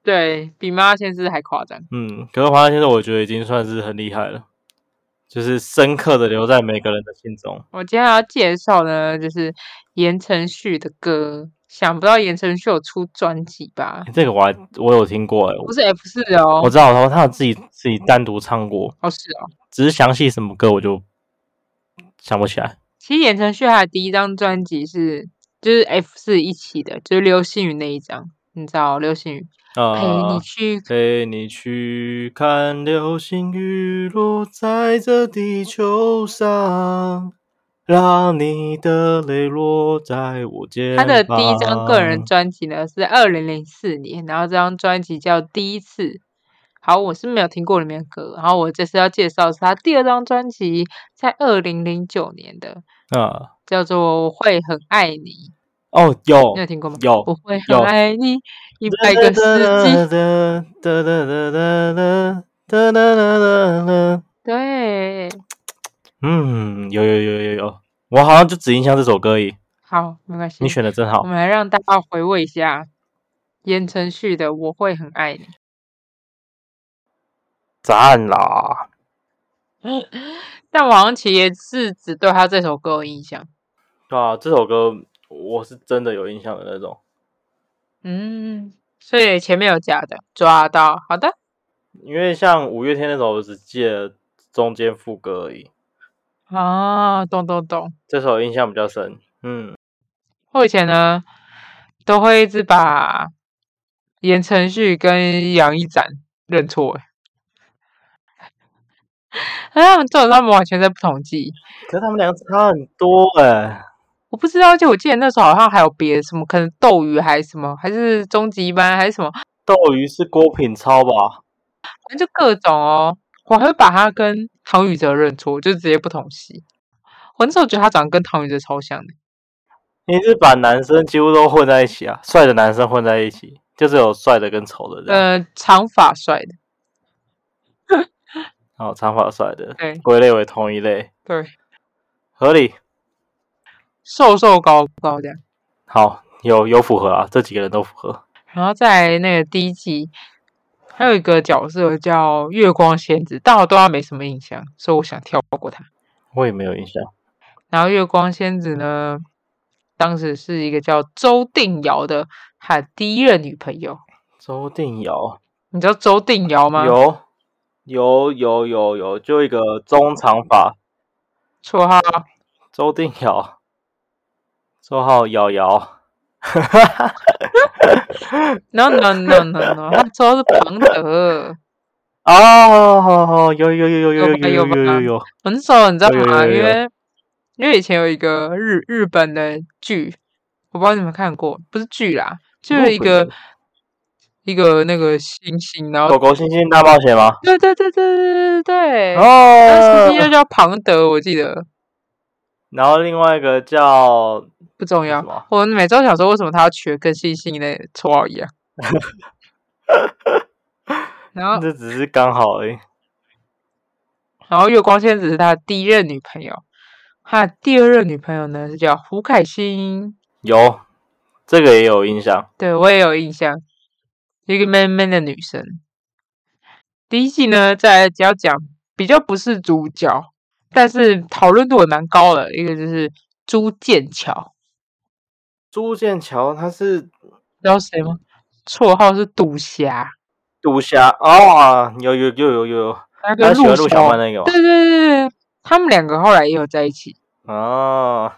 对比妈妈先生还夸张。
嗯，可是华纳先生我觉得已经算是很厉害了，就是深刻的留在每个人的心中。
我今天要介绍呢，就是言承旭的歌。想不到言承旭有出专辑吧？
欸这个我还我有听过哎、
不
我
是 F 四嗯哦，
我知道他他有自己自己单独唱过，
哦是哦。
只是详细什么歌我就想不起来。
其实言承旭他的第一张专辑是就是 F 四一起的，就是流星雨那一张，你知道流星雨陪你
呃，
去
陪你去看流星雨落在这地球上，让你的泪落在我肩
他
膀。
的第一张个人专辑呢是二零零四年，然后这张专辑叫《第一次》。好，我是没有听过里面的歌，然后我这次要介绍的是他第二张专辑，在二零零九年的，
啊、
叫做《我会很爱你》，
哦，有
你有听过吗？
有
我会
有
很爱你一百个世纪。
哒哒哒哒哒哒哒哒哒哒。
对，
嗯，有有有有有，我好像就只印象这首歌而已。
好，没关系
你。选的真好
我，们来让大家回味一下言承旭的《我会很爱你》。
赞啦！
但我好像其实也是只对他这首歌有印象。
对啊，这首歌我是真的有印象的那种，
嗯，所以前面有假的，抓到。好的，
因为像五月天那首，我只记得中间副歌而已，
啊，懂懂懂。
这首印象比较深。嗯，
我以前呢，都会一直把言承旭跟杨一展认错。欸 [laughs] 哎，他们这种他们完全在不同季，
可是他们两个差很多哎、
我不知道。而且我记得那时候好像还有别的什么，可能斗鱼还是什么，还是终极班还是什么，
斗鱼是郭品超吧？
反正就各种哦。我还会把他跟唐禹哲认错，就直接不同系。我那时候觉得他长得跟唐禹哲超像的，
你是把男生几乎都混在一起啊，帅的男生混在一起，就是有帅的跟丑的这样。
呃，长发帅的，
哦，长发帅的
对
归类为同一类，
对，
合理。
瘦瘦高高这样。
好，有有符合啊，这几个人都符合。
然后在那个第一季，还有一个角色叫月光仙子，大家对他没什么印象，所以我想跳过他。
我也没有印象。
然后月光仙子呢，当时是一个叫周定尧的她第一任女朋友。
周定尧
你知道周定尧吗？
有有有有有，就一个中长发，
绰号
周定尧，周浩瑶瑶，
？No No No No No，他绰号是庞德。
哦，有有有有有有有有有有，
我那时候你知道
有有
吗？
有有
因
有
为因为以前有一个日日本的剧，我不知道你们看过，不是剧啦，就是一个一个那个星星，然
狗
后
狗星星大冒险吗？
对对对对对对对，那
哦
司机，就叫庞德，我记得
然后另外一个叫
不重
什
要
么。
我每周想说，为什么他要取得跟星星的绰号一
[laughs]
样？啊然后，
这只是刚好而已。
然后月光仙子是他第一任女朋友，他的第二任女朋友呢是叫胡凯欣。
有这个也有印象，
对我也有印象，一个 man man 的女生。第一季呢，在只要讲比较不是主角，但是讨论度也蛮高的。一个就是朱剑桥，
朱剑桥他是
知道谁吗？绰号是赌侠，
毒枭哦，有有有有有有，
他跟
他喜
陆
欢陆小
小
曼那个吗
对？对对对，他们两个后来也有在一起。
哦，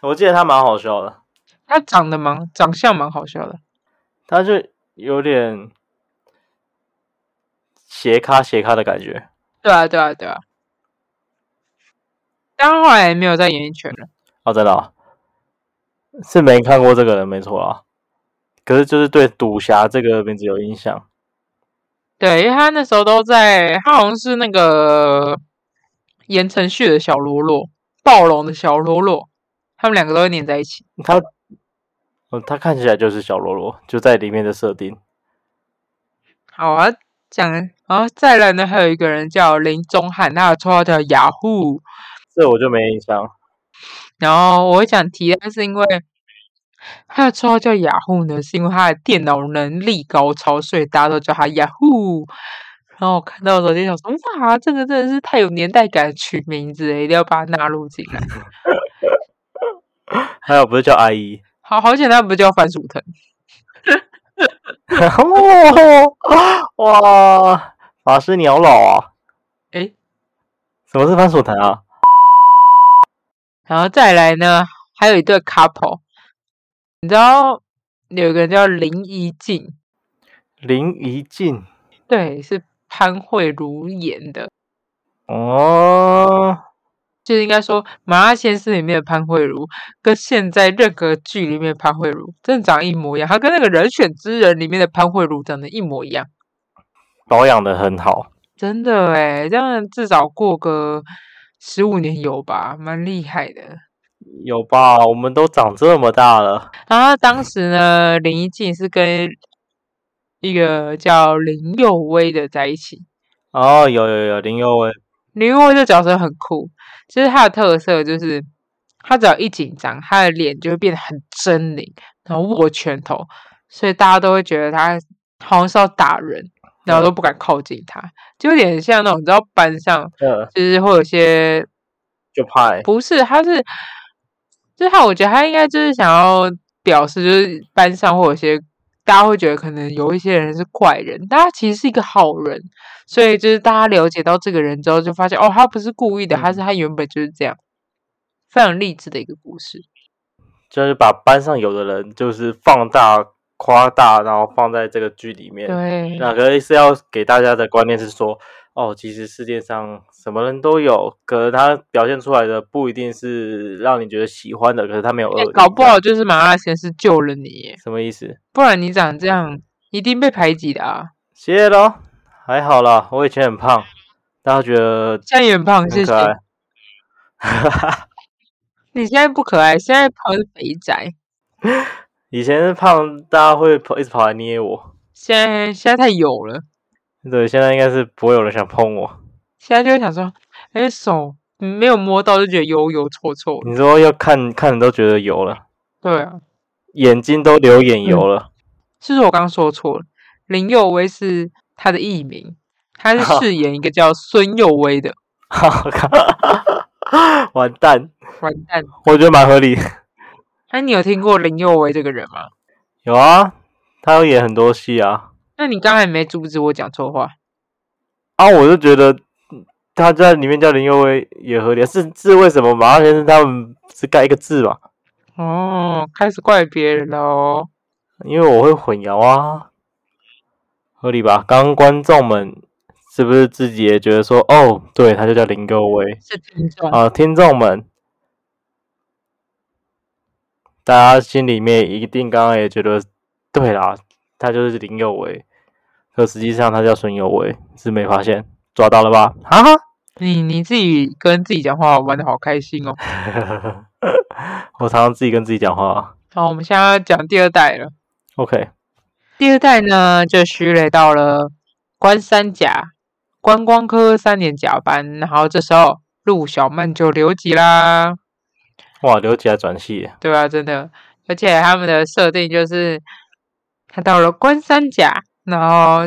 我记得他蛮好笑的，
他长得蛮长相蛮好笑的，
他就有点斜咖斜咖的感觉。
对啊对啊对啊。但他后来也没有在演艺圈了。
哦，真的哦、是没看过这个人，没错啊。可是就是对赌侠这个名字有印象。
对，因为他那时候都在，他好像是那个言承旭的小喽啰，暴龙的小喽啰，他们两个都会黏在一起。
他，哦，他看起来就是小喽啰，就在里面的设定。
好啊，讲，然后再来呢，还有一个人叫林宗翰，他的绰号叫雅虎。
这我就没印象。
然后我会想提他是因为他的绰号叫雅虎呢，是因为他的电脑能力高超，所以大家都叫他雅虎。然后我看到的时候就想说，哇，这个真的是太有年代感的取名字了，一定要把它纳入进来。
还有不是叫阿姨？
好好险，他不叫番薯藤。
[laughs] 哦，哇，法师你好老啊！
诶，
什么是番薯藤啊？
然后再来呢，还有一对 couple，你知道有一个人叫林怡静，
林怡静。
对，是潘慧如演的，
哦，
就是应该说《麻辣鲜师》里面的潘慧如，跟现在任何剧里面的潘慧如真的长得一模一样，她跟那个《人选之人》里面的潘慧如长得一模一样，
保养的很好。
真的诶，这样至少过个十五年有吧，蛮厉害的。
有吧？我们都长这么大了，
然后当时呢，林一静是跟一个叫林佑威的在一起。
哦，有有有，林佑威，
林佑威这角色很酷，就是他的特色就是，他只要一紧张，他的脸就会变得很狰狞，然后握拳头，所以大家都会觉得他好像是要打人，然后都不敢靠近他，就有点像那种你知道班上
呃，
就是会有些
就派
不是，他是，就是他，我觉得他应该就是想要表示，就是班上会有一些大家会觉得可能有一些人是怪人，但他其实是一个好人，所以就是大家了解到这个人之后，就发现哦，他不是故意的，
嗯
他是他原本就是这样，非常励志的一个故事。
就是把班上有的人就是放大、夸大，然后放在这个剧里面。
对，
那可是是要给大家的观念是说，哦，其实世界上什么人都有，可能他表现出来的不一定是让你觉得喜欢的，可是他没有恶
哎
意，
搞不
这样
好就是麻辣鲜师救了你耶，
什么意思？
不然你长这样一定被排挤的啊。
谢谢咯，还好啦，我以前很胖，大家觉得
现在也很胖，谢
很
谢
可。爱。
你现在不可爱，现在胖是肥宅，
以前是胖，大家会跑一直跑来捏我，
现在现在太油了，
对，现在应该是不会有人想碰我。
现在就会想说，哎、手没有摸到就觉得油油臭臭的。
你说要看看人都觉得油了，
对啊，
眼睛都流眼油了。 [laughs]
是不是我刚说错了？林佑威是他的艺名，他
啊
是饰演一个叫孙佑威的，
我靠，完蛋！
完蛋。
我觉得蛮合理。
哎、你有听过林佑威这个人吗？
有啊，他有演很多戏啊。
那你刚才没阻止我讲错话，
啊，我就觉得嗯他在里面叫林佑威也合理啊，是是为什么马上先生他们只改一个字嘛？
哦，开始怪别人了哦。
因为我会混淆啊，合理吧？刚刚观众们是不是自己也觉得说，哦，对，他就叫林佑威
是听众，
啊？听众们，大家心里面一定刚刚也觉得，对啦，他就是林佑威，可实际上他叫孙佑威，是没发现，抓到了吧？ [laughs] 哈哈。
你你自己跟自己讲话玩的好开心哦。
我常常自己跟自己讲话。
好，我们现在要讲第二代了。
OK，
第二代呢，就徐磊到了关三甲观光科三年甲班，然后这时候陆小曼就留级啦，
哇，刘姐还转系耶，
对啊，真的，而且他们的设定就是他到了关三甲，然后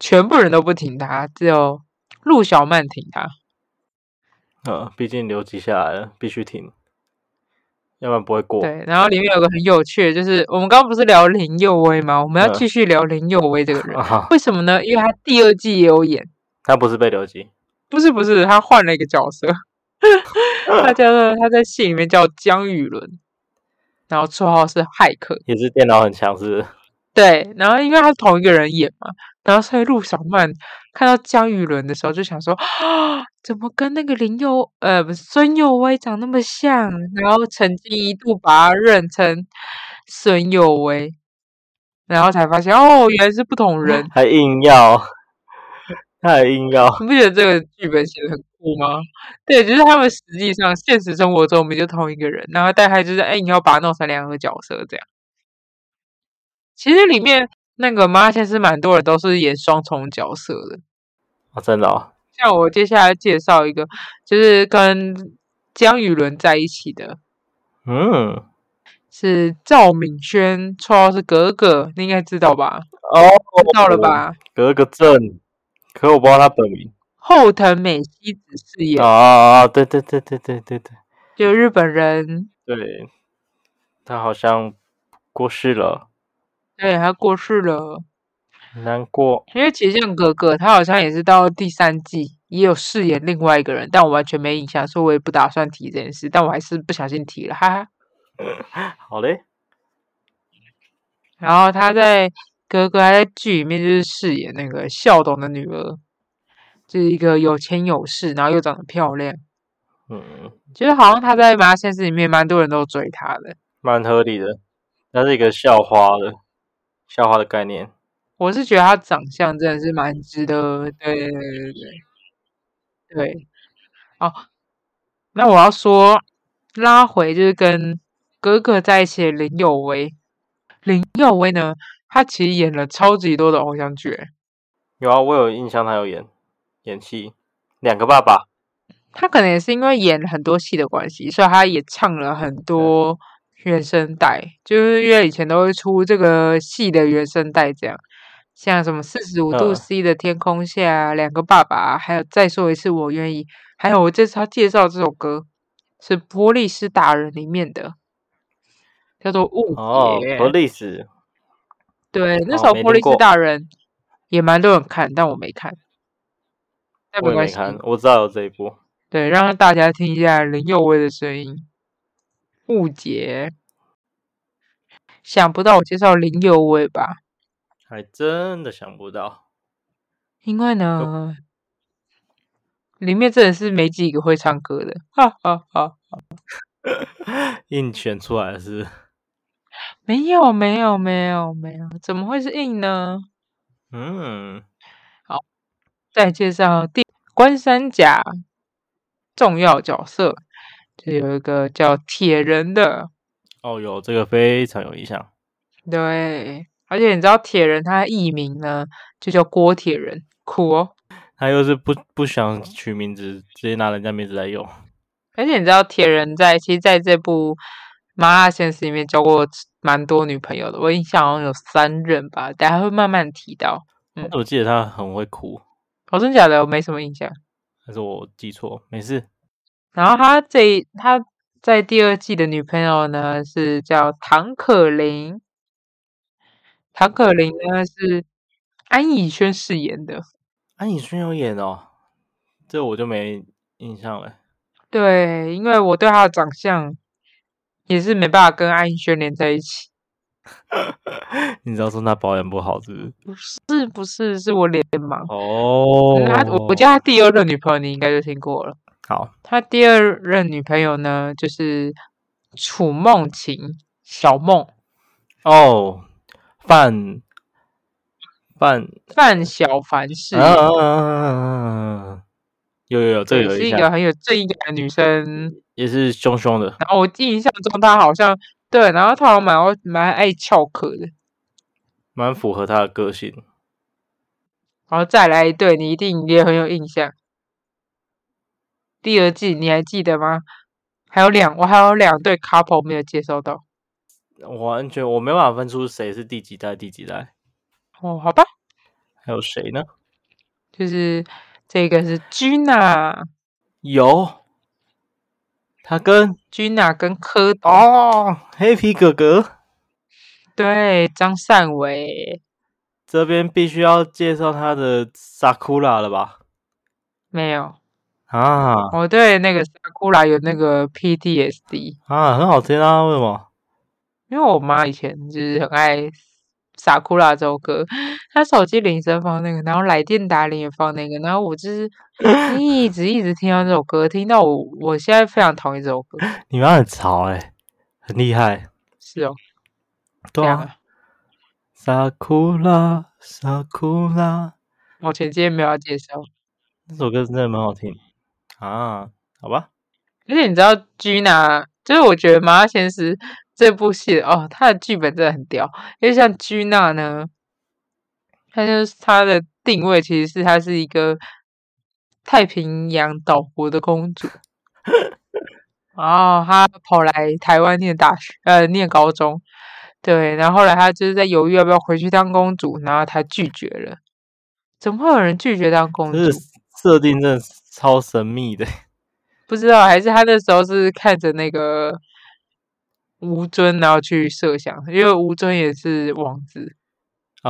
全部人都不挺他，只有陆小曼挺他。
嗯，毕竟留级下来了，必须停，要不然不会过。
对，然后里面有个很有趣的，就是我们刚刚不是聊林佑威吗？我们要
嗯
继续聊林佑威这个
[laughs]
人，
啊哈，
为什么呢？因为他第二季也有演，
他不是被留级，
不是不是，他换了一个角色， [laughs] 他叫做他在戏里面叫江雨伦，然后绰号是骇客。
也是电脑很强势。
对，然后因为他是同一个人演嘛，然后所以陆小曼看到江雨伦的时候就想说，啊，怎么跟那个林佑呃不是孙佑威长那么像？然后曾经一度把他认成孙佑威，然后才发现哦，原来是不同人。
还硬要， [laughs] 他还硬要，
你不觉得这个剧本写的很酷吗？对，就是他们实际上现实生活中我们就同一个人，然后但还就是哎，你要把它弄成两个角色这样。其实里面那个妈先生蛮多人都是演双重角色的，
哦、真的、哦，
像我接下来介绍一个，就是跟江雨伦在一起的
嗯，
是赵敏轩，绰号是格格，你应该知道吧？
哦，
知道了？吧？
隔个阵，可我不知道他本名。
后藤美希子饰演
啊，啊啊！对对对对对对对
就日本人，
对，他好像过世了，
对，他过世了。
难过。
因为其实像哥哥，他好像也是到第三季也有饰演另外一个人，但我完全没印象，所以我也不打算提这件事，但我还是不小心提了，哈哈。
好嘞，
然后他在哥哥他在剧里面就是饰演那个孝董的女儿，就是一个有钱有势，然后又长得漂亮，
嗯，
就是好像他在《麻先生》里面蛮多人都追他的。
蛮合理的。它是一个校花的校花的概念，
我是觉得他长相真的是蛮值得，对对对对对对。哦，那我要说拉回就是跟哥哥在一起的林有为，林有为呢，他其实演了超级多的偶像剧欸，
有啊，我有印象，他有演演戏，两个爸爸，
他可能也是因为演了很多戏的关系，所以他也唱了很
啊
多原声带，就是因为以前都会出这个戏的原声带，这样像什么四十五度
嗯
C 的天空下啊、两个爸爸啊，还有再说一次我愿意，还有我这次要介绍这首歌是《波利斯达人》里面的，叫做《
哦
误解》。
，Police，
对，那
哦
时候
没
《波
听
利斯
过
大人》也蛮多人看，但我没看，但
我
没
也
关
没
系。
看，我知道有这一部，
对，让大家听一下林佑威的声音。误解，想不到我介绍林佑威吧？
还真的想不到，
因为呢，里面真的是没几个会唱歌的，哈哈哈。
硬选出来的是，
没有，没有，没有，没有，怎么会是硬呢？
嗯，
再介绍第关山甲重要角色，就有一个叫铁人的，
哦，有这个非常有印象。
对，而且你知道铁人他的艺名呢，就叫郭铁人，酷哦。
他又是不不想取名字，直接拿人家名字来用。
而且你知道铁人在其实在这部《麻辣鲜师》里面交过蛮多女朋友的，我印象好像有三任吧，等下会慢慢提到。嗯
我记得他很会哭，
哦，真假的我没什么印象。
但是我记错，没事。
然后他这一他在第二季的女朋友呢是叫唐可琳，唐可琳呢是安以轩饰演的。
安以啊轩有演哦，这我就没印象了。
对，因为我对她的长相也是没办法跟安以轩连在一起，
[laughs] 你知道说他保养不好是不是？
不是不是是我脸盲。
哦
嗯他我我记得他第二任女朋友你应该就听过了，
好，
他第二任女朋友呢就是楚梦晴小梦
哦，范范，
范小凡饰
啊
演。
啊啊啊啊啊有有有，这个
也
有
是一
印
个
象，
很有正义感的女生。
也是凶凶的。
然后我印象中她好像对，然后她好像蛮蛮爱翘课的。
蛮符合他的个性。
然后再来一对，你一定也很有印象。第二季你还记得吗？还有两，我还有两对 couple 没有介绍到。
我完全我没办法分出谁是第几代第几代，
哦，好吧，
还有谁呢？
就是这个是 Gina，Gina
有他跟
跟柯哦，
哦黑皮哥哥
对，张善伟，
这边必须要介绍他的萨库拉了吧？
没有，
啊
我对那个 Sakura 有那个 PTSD。
啊，很好听啊！为什么？
因为我妈以前就是很爱撒库拉这首歌，她手机铃声放那个，然后来电打铃也放那个，然后我就是一直一直听到这首歌，听到我我现在非常讨厌这首歌。
你妈很潮哎、很厉害。
是哦，这
对
样
啊
啊，。
萨库拉萨库拉
我前几天没有要介绍，
这首歌真的蛮好听啊。好吧，
而且你知道 Gina，就是我觉得《麻辣鲜师》这部戏哦，它的剧本真的很屌，因为像 Gina 呢，它就是它的定位其实是它是一个太平洋岛国的公主，然后她跑来台湾念大学，呃，念高中，对，然后后来她就是在犹豫要不要回去当公主，然后她拒绝了。怎么会有人拒绝当公主
这？是设定真的是超神秘的。
不知道，还是他那时候是看着那个吴尊，然后去设想，因为吴尊也是王子，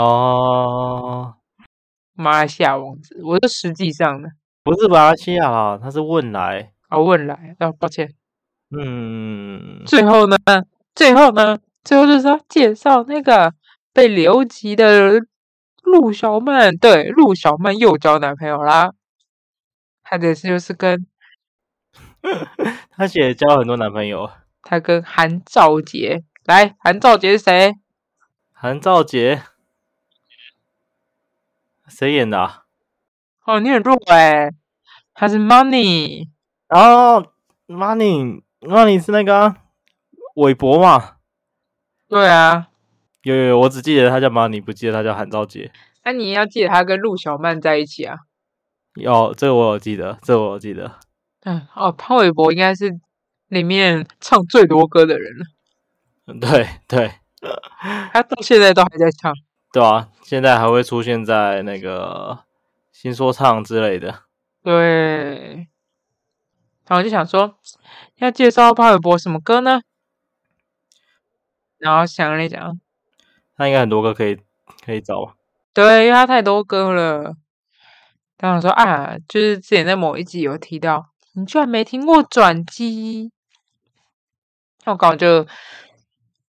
哦，
马来西亚王子。我说实际上的，
不是马来西亚啦，他是汶莱。
啊，问来，啊，抱歉。
嗯，
最后呢，最后呢，最后就是要介绍那个被留级的陆小曼，对，陆小曼又交男朋友啦。她的是就是跟
他写交很多男朋友，
她跟韩兆杰，来，韩兆杰是谁？
韩兆杰，谁演的、啊？
哦，你很弱哎、他是 Money。
哦，Money，Money 是那个啊韦、伯嘛？
对啊，
有有有，我只记得他叫 Money，不记得他叫韩兆杰。
那、你要记得他跟陆小曼在一起啊。
哦，这个我有记得，这个我有记得。
嗯，哦，潘玮柏应该是里面唱最多歌的人了，
嗯对对
他到现在都还在唱。
对啊，现在还会出现在那个新说唱之类的。
对，然后我就想说，要介绍潘玮柏什么歌呢？然后想了一想，
他应该很多歌可以可以找吧。
对，因为他太多歌了。然后我说啊，就是之前在某一集有提到，你居然没听过《转机》，那我刚好就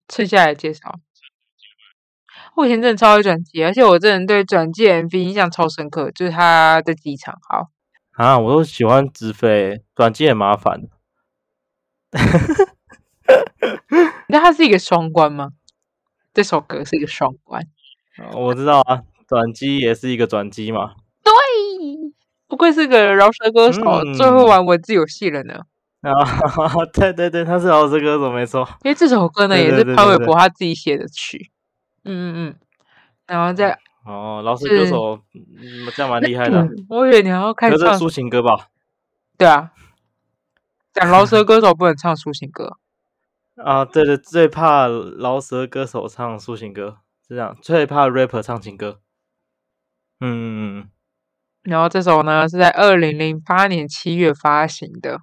趁下来介绍。我以前真的超爱转机，而且我真的对转机的 MV 印象超深刻，就是他的机场。好，
啊，我都喜欢直飞，转机很麻烦。
你知道它是一个双关吗？这首歌是一个双关。
我知道啊，转机也是一个转机嘛。
对，不愧是个饶舌歌手，最会
嗯
玩文字游戏了呢。
[laughs] 啊，对对对，他是饶舌歌手，没错。
因为这首歌呢
对
也
对
是
对
潘
对
玮
对
柏他自己写的曲，嗯嗯嗯，然后再
哦，饶舌歌
是
手，嗯，这样蛮厉害的啊。
我以为你要开
可
始
是这
唱
是，抒情歌吧？
对啊，讲饶舌歌手不能唱抒情歌，
啊，对对，最怕饶舌歌手唱抒情歌，是这样，最怕 rapper 唱情歌。嗯嗯嗯，
然后这首呢是在二零零八年七月发行的，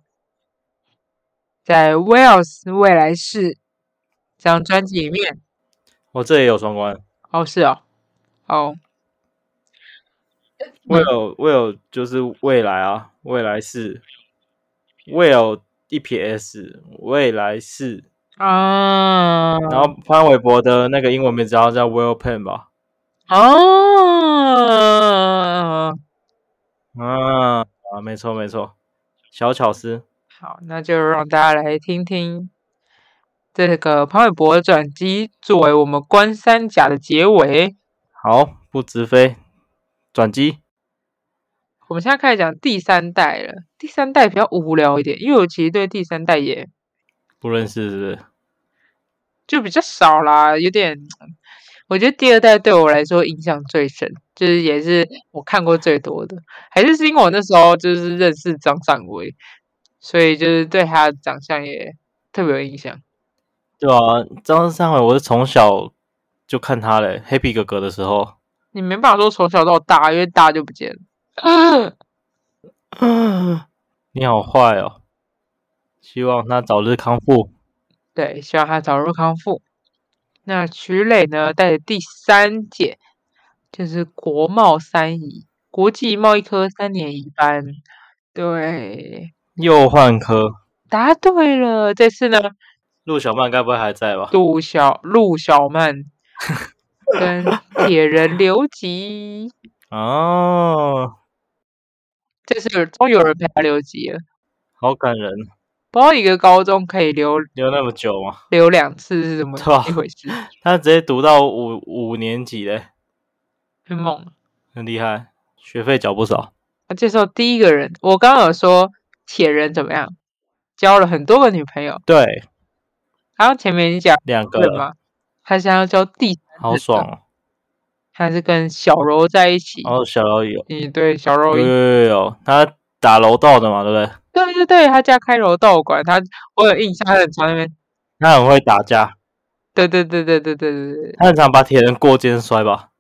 在威尔斯未来市这张专辑里面，
我这也有双关，
哦是哦，哦
我
嗯
有我有就是未来啊，未来是 will 一撇 s，未来是，
啊，
然后潘玮柏的那个英文名字好像叫 Will Pen 吧？
哦，
啊啊，没错没错，小巧思。
好，那就让大家来听听这个潘玮柏的转机作为我们关山甲的结尾。
好，不直飞，转机。
我们现在开始讲第三代了，第三代比较无聊一点，因为我其实对第三代也
不认识是不是？
就比较少啦，有点，我觉得第二代对我来说影响最深，就是也是我看过最多的，还是是因为我那时候就是认识张善伟，所以就是对他的长相也特别有印象。
对啊，张三伟，我是从小就看他嘞，黑皮哥哥的时
[laughs]
候。
你没办法说从小到大，因为大就不见了。 [laughs]
你好坏哦，希望他早日康复。
对，希望他早日康复。那徐磊呢，带着第三届，就是国贸三乙国际贸易科三年乙班，对，
又换科，
答对了。这次呢，
陆小曼该不会还在吧？
杜小陆小
[laughs]
曼跟铁人刘吉，
哦，
这次有终于有人陪他留级了。
好感人，
不知道一个高中可以留
留那么久吗？
留两次是怎么
对啊
一回
[laughs]
事？
他直接读到五五年级嘞，
很猛。
很厉害，学费缴不少。
我介绍第一个人，我刚刚有说铁人怎么样，交了很多个女朋友，
对，
然后前面已经讲
两个
对吗？他现在要交第三
好
人了，
爽哦
他是跟小柔在一起。
哦。哦，小柔有，
嗯，对，小柔
有有
一，
有有，哦他打柔道的嘛，对不对？
对对对，他家开柔道馆，他我有印象，他很常那边，
他很会打架。
对对对对对对对对
他很常把铁人过肩摔吧，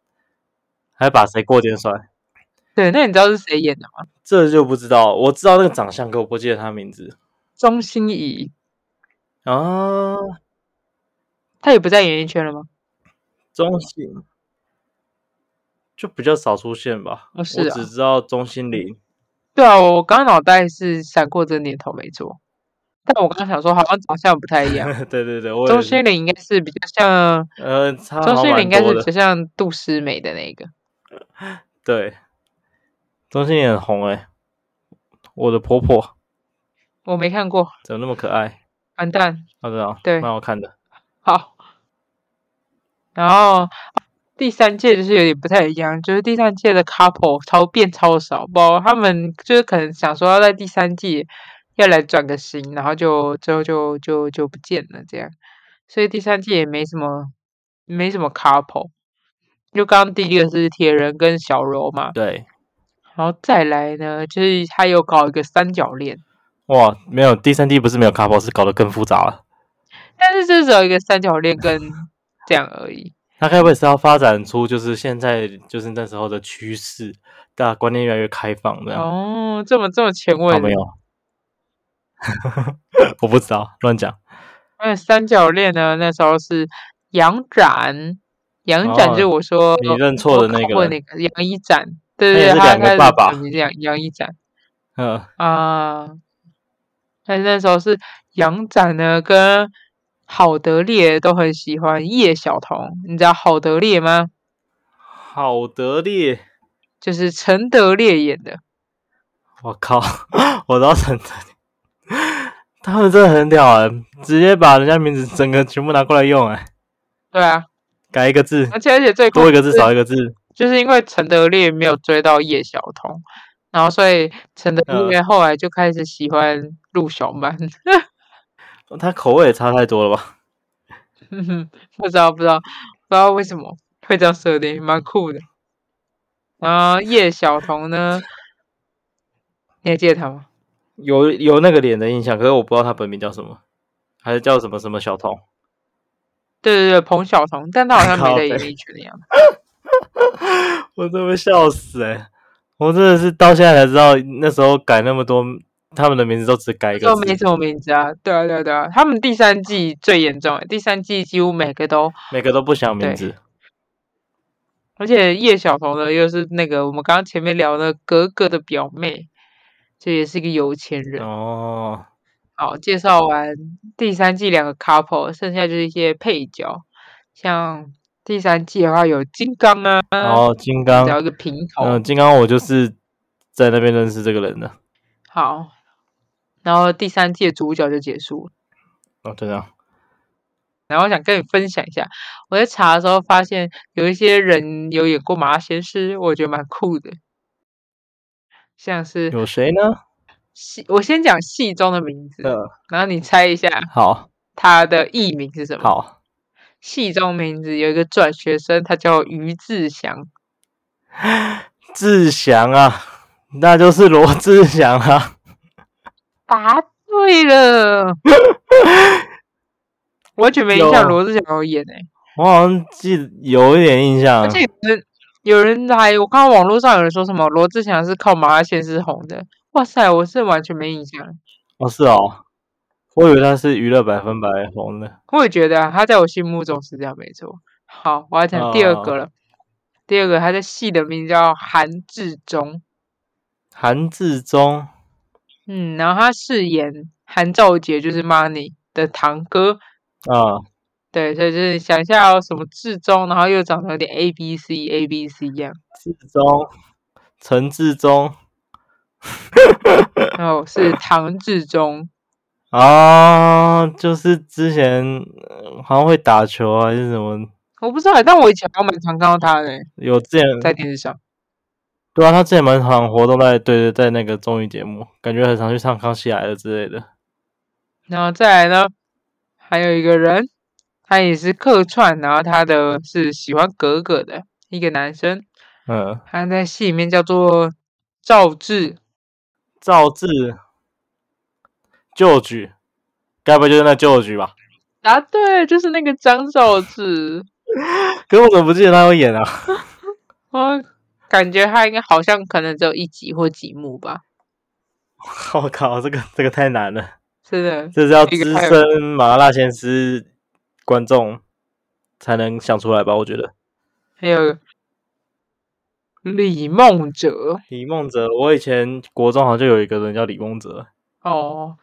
还把谁过肩摔，
对。那你知道是谁演的吗？
这就不知道。我知道那个长相，可我不记得他名字
钟欣怡，
啊。
她也不在演艺圈了吗？
中心就比较少出现吧。
哦是啊
我只知道钟欣凌，
对啊，我刚脑袋是闪过这个念头，没错。但我刚刚想说，好像长相不太一样。
[laughs] 对对对， [laughs] 我也
钟
是
欣凌应该是比较像
呃，差
周
好
迅
蛮
玲应该
多
是
的
就。像杜诗梅的那个，
对，钟欣凌很红哎、我的婆婆
我没看过，
怎么那么可爱？
完蛋，
我知道，
对
蛮好看的。
好。然后第三届就是有点不太一样，就是第三届的 couple 超变超少，不知道他们就是可能想说要在第三季要来转个型，然后就最后就就就不见了这样，所以第三季也没什么没什么 couple。就刚刚第一个是铁人跟小柔嘛，
对，
然后再来呢，就是他又搞一个三角恋。
哇，没有第三季不是没有 couple，是搞得更复杂了。
但是就只有一个三角恋跟这样而已。
他该不会是要发展出就是现在就是那时候的趋势，大家观念越来越开放这样？
哦，这么这么前卫
啊哦，
的，
没有， [laughs] 我不知道，乱讲。
那三角恋呢？那时候是杨展，杨展
哦
就是我说
你认错的
我
那
考过
个
那
人，
个杨一展，对对对，
也是
他
两个
他
爸爸
本名是杨杨一展
嗯，
啊。但是那时候是杨展呢跟郝德烈都很喜欢叶晓彤，你知道郝德烈吗？
好得力，
就是陈德烈演的。
我靠， [laughs] 我知道陈德烈，他们真的很屌啊，直接把人家名字整个全部拿过来用，哎，
对啊，
改一个字，
而且而且最酷
多一个字
是
少一个字，
就是因为陈德烈没有追到叶晓彤，然后所以陈德
嗯
月后来就开始喜欢陆小曼， [laughs]
它口味也差太多了吧？
不知道不知道不知道为什么会这样设定，蛮酷的。然后叶晓彤呢，你还记得他吗？
有有那个脸的印象，可是我不知道它本名叫什么，还是叫什么什么小童。
对对对，彭晓彤，但他好像没
靠
在
北
演艺圈的样子。
[laughs] 我真被笑死哎、我真的是到现在才知道，那时候改那么多，他们的名字都只改一个
就
字
没，什么名字啊，对啊对啊对啊，他们第三季最严重、欸，第三季几乎每个都，
每个都不想名字。
而且叶晓彤呢又是那个我们刚刚前面聊的格格的表妹，这也是一个有钱人。
哦，
好，介绍完第三季两个 couple，剩下就是一些配角，像第三季的话有金刚啊，
然后金刚，
找一个平头，
嗯，金刚我就是在那边认识这个人的。
好，然后第三季的主角就结束了。
哦，对啊，
然后想跟你分享一下，我在查的时候发现有一些人有演过《麻辣鲜师》，我觉得蛮酷的。像是
有谁呢？
戏，我先讲戏中的名字，
嗯，
然后你猜一下
好，
他的艺名是什么？，
好，
戏中名字有一个转学生，他叫于志祥。
志祥啊，那就是罗志祥啊。
答对
[laughs]
了，完全没印象
有啊嗯
罗志祥有演诶、
我好像记得有一点印象
而，且有人有人还我看到网络上有人说什么罗志祥是靠《麻辣鲜师》红的，哇塞，我是完全没印象。
哦，是哦，我以为他是娱乐百分百红的。
我也觉得啊他在我心目中是这样，没错。好，我要讲第二个
哦
了。第二个，他的戏的名字叫韩志忠，
韩志忠，
嗯，然后他饰演韩兆杰，就是 Money 的堂哥，
啊、
对，所以就是想一下、哦、什么志忠，然后又长得有点 A B C A B C 一样，
志忠，陈志忠
然后是唐志忠，
啊，就是之前呃好像会打球啊还是什么，
我不知道，但我以前还蛮常看到他的，欸
有之前
在电视上。
对啊，他之前蛮常活动在对对，在那个综艺节目，感觉很常去唱《康熙来了》之类的。
然后再来呢，还有一个人，他也是客串，然后他的是喜欢格格的一个男生，
嗯，
他在戏里面叫做赵志，
赵志旧局，该不会就是那旧局吧？
答啊对，就是那个张兆志。
可是我怎么不记得他有演啊？ [laughs]
我哦感觉他应该好像可能只有一集或几幕吧，
我靠，这个这个太难了，
真的。
这是要
一
资
个太
深麻辣鲜师观众才能想出来吧？我觉得
还有李梦哲
李梦哲，我以前国中好像就有一个人叫李梦哲，
哦，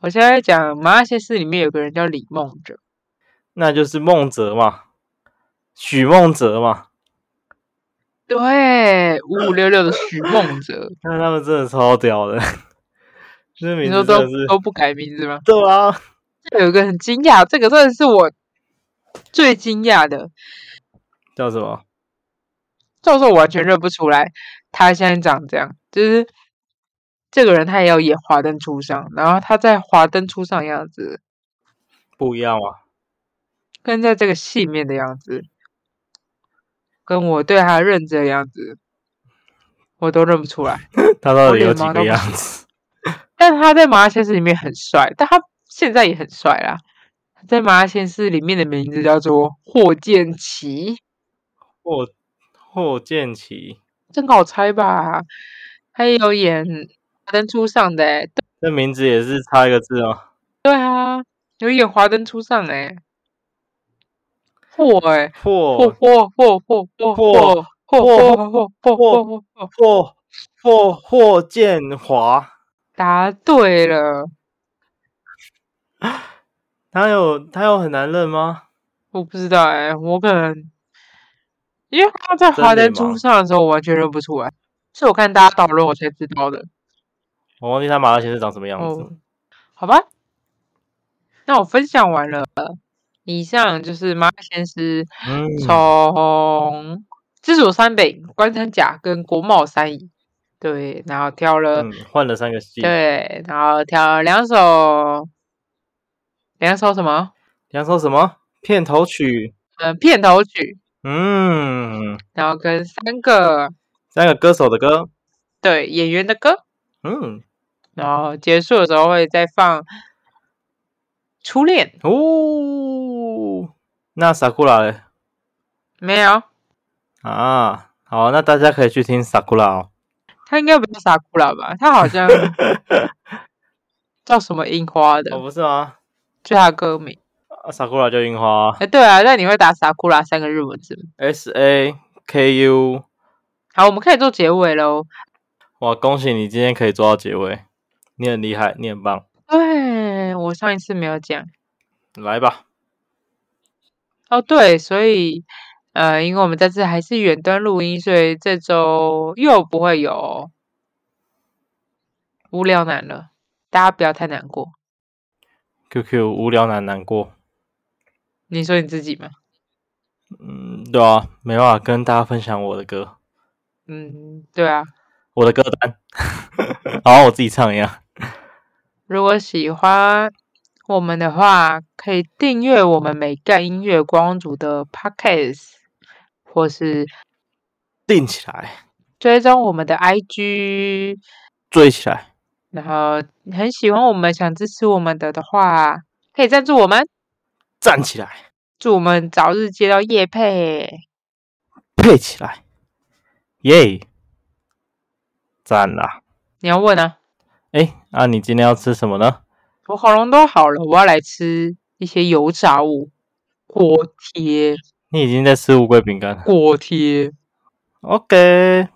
我现在讲《麻辣鲜师》里面有个人叫李梦哲，
那就是梦哲嘛，许梦哲嘛。
对，五五六六的许梦
[laughs]
哲，
看他们真的超屌的，这
你
名
说
字
都
真的是
都不改名字吗？
对啊，
有一个很惊讶，这个真的是我最惊讶的，
叫什么？
教授完全认不出来他现在长这样，就是这个人他也要演《华灯初上》，然后他在《华灯初上》的样子，
不一样嘛。
跟在这个戏里面的样子，跟我对他认知的样子，我都认不出来。
他到底有
我脸
几
盲到
个
不
样子？
但他在《麻辣鲜师》里面很帅，但他现在也很帅啦。他在《麻辣鲜师》里面的名字叫做霍建奇，
霍霍建奇，
真好猜吧？他也有演《华灯初上》的、欸，
这名字也是差一个字哦。
对啊，有演《华灯初上》哎，嚯哎，嚯
霍
嚯嚯嚯嚯嚯嚯嚯嚯嚯嚯！
霍霍霍建华，
答对了，
他有他有很难认吗？
我不知道哎，我可能因为他在《
真
华
的
灯初
吗
上》的时候，我完全认不出来，是我看大家讨论我才知道的。
我忘记他麻辣鲜师长什么样子。
哦，好吧，那我分享完了，以上就是麻辣鲜师
嗯，
从自主三饼、关山甲跟国贸三乙对，然后挑了、
嗯，换了三个系，
对，然后挑了两首，两首什么？
两首什么片头曲？
呃，片头曲，
嗯，
然后跟三个
三个歌手的歌，
对演员的歌，
嗯，
然后结束的时候会再放《初恋》，
哦，那萨库拉嘞？
没有，
啊，好，那大家可以去听萨库拉哦。
他应该不是傻哭了吧？他好像叫什么樱花的
哦，，不是吗？
就他的歌名。
萨库拉就樱花
哎、对啊，那你会打“傻哭啦”三个日文字吗？
，S A K U。
好，我们可以做结尾喽。
哇，恭喜你今天可以做到结尾，你很厉害，你很棒，
对，我上一次没有讲
来吧。
哦。对，所以呃，因为我们这次还是远端录音，所以这周又不会有无聊男了。大家不要太难过。
QQ 无聊男难过，
你说你自己吗？
嗯，对啊，没办法跟大家分享我的歌，
嗯，对啊。
我的歌单， [laughs] 好像我自己唱一样。
如果喜欢我们的话，可以订阅我们美干音乐光组的 podcast，或是
定起来，
追踪我们的 IG。
追起来，
然后很喜欢我们，想支持我们的的话，可以赞助我们，
站起来，
祝我们早日接到业配。
配起来，耶！赞啦！
你要问啊，
哎，那、你今天要吃什么呢？
我喉咙都好了，我要来吃一些油炸物，锅贴，
你已经在吃乌龟饼干了。
锅贴。
OK。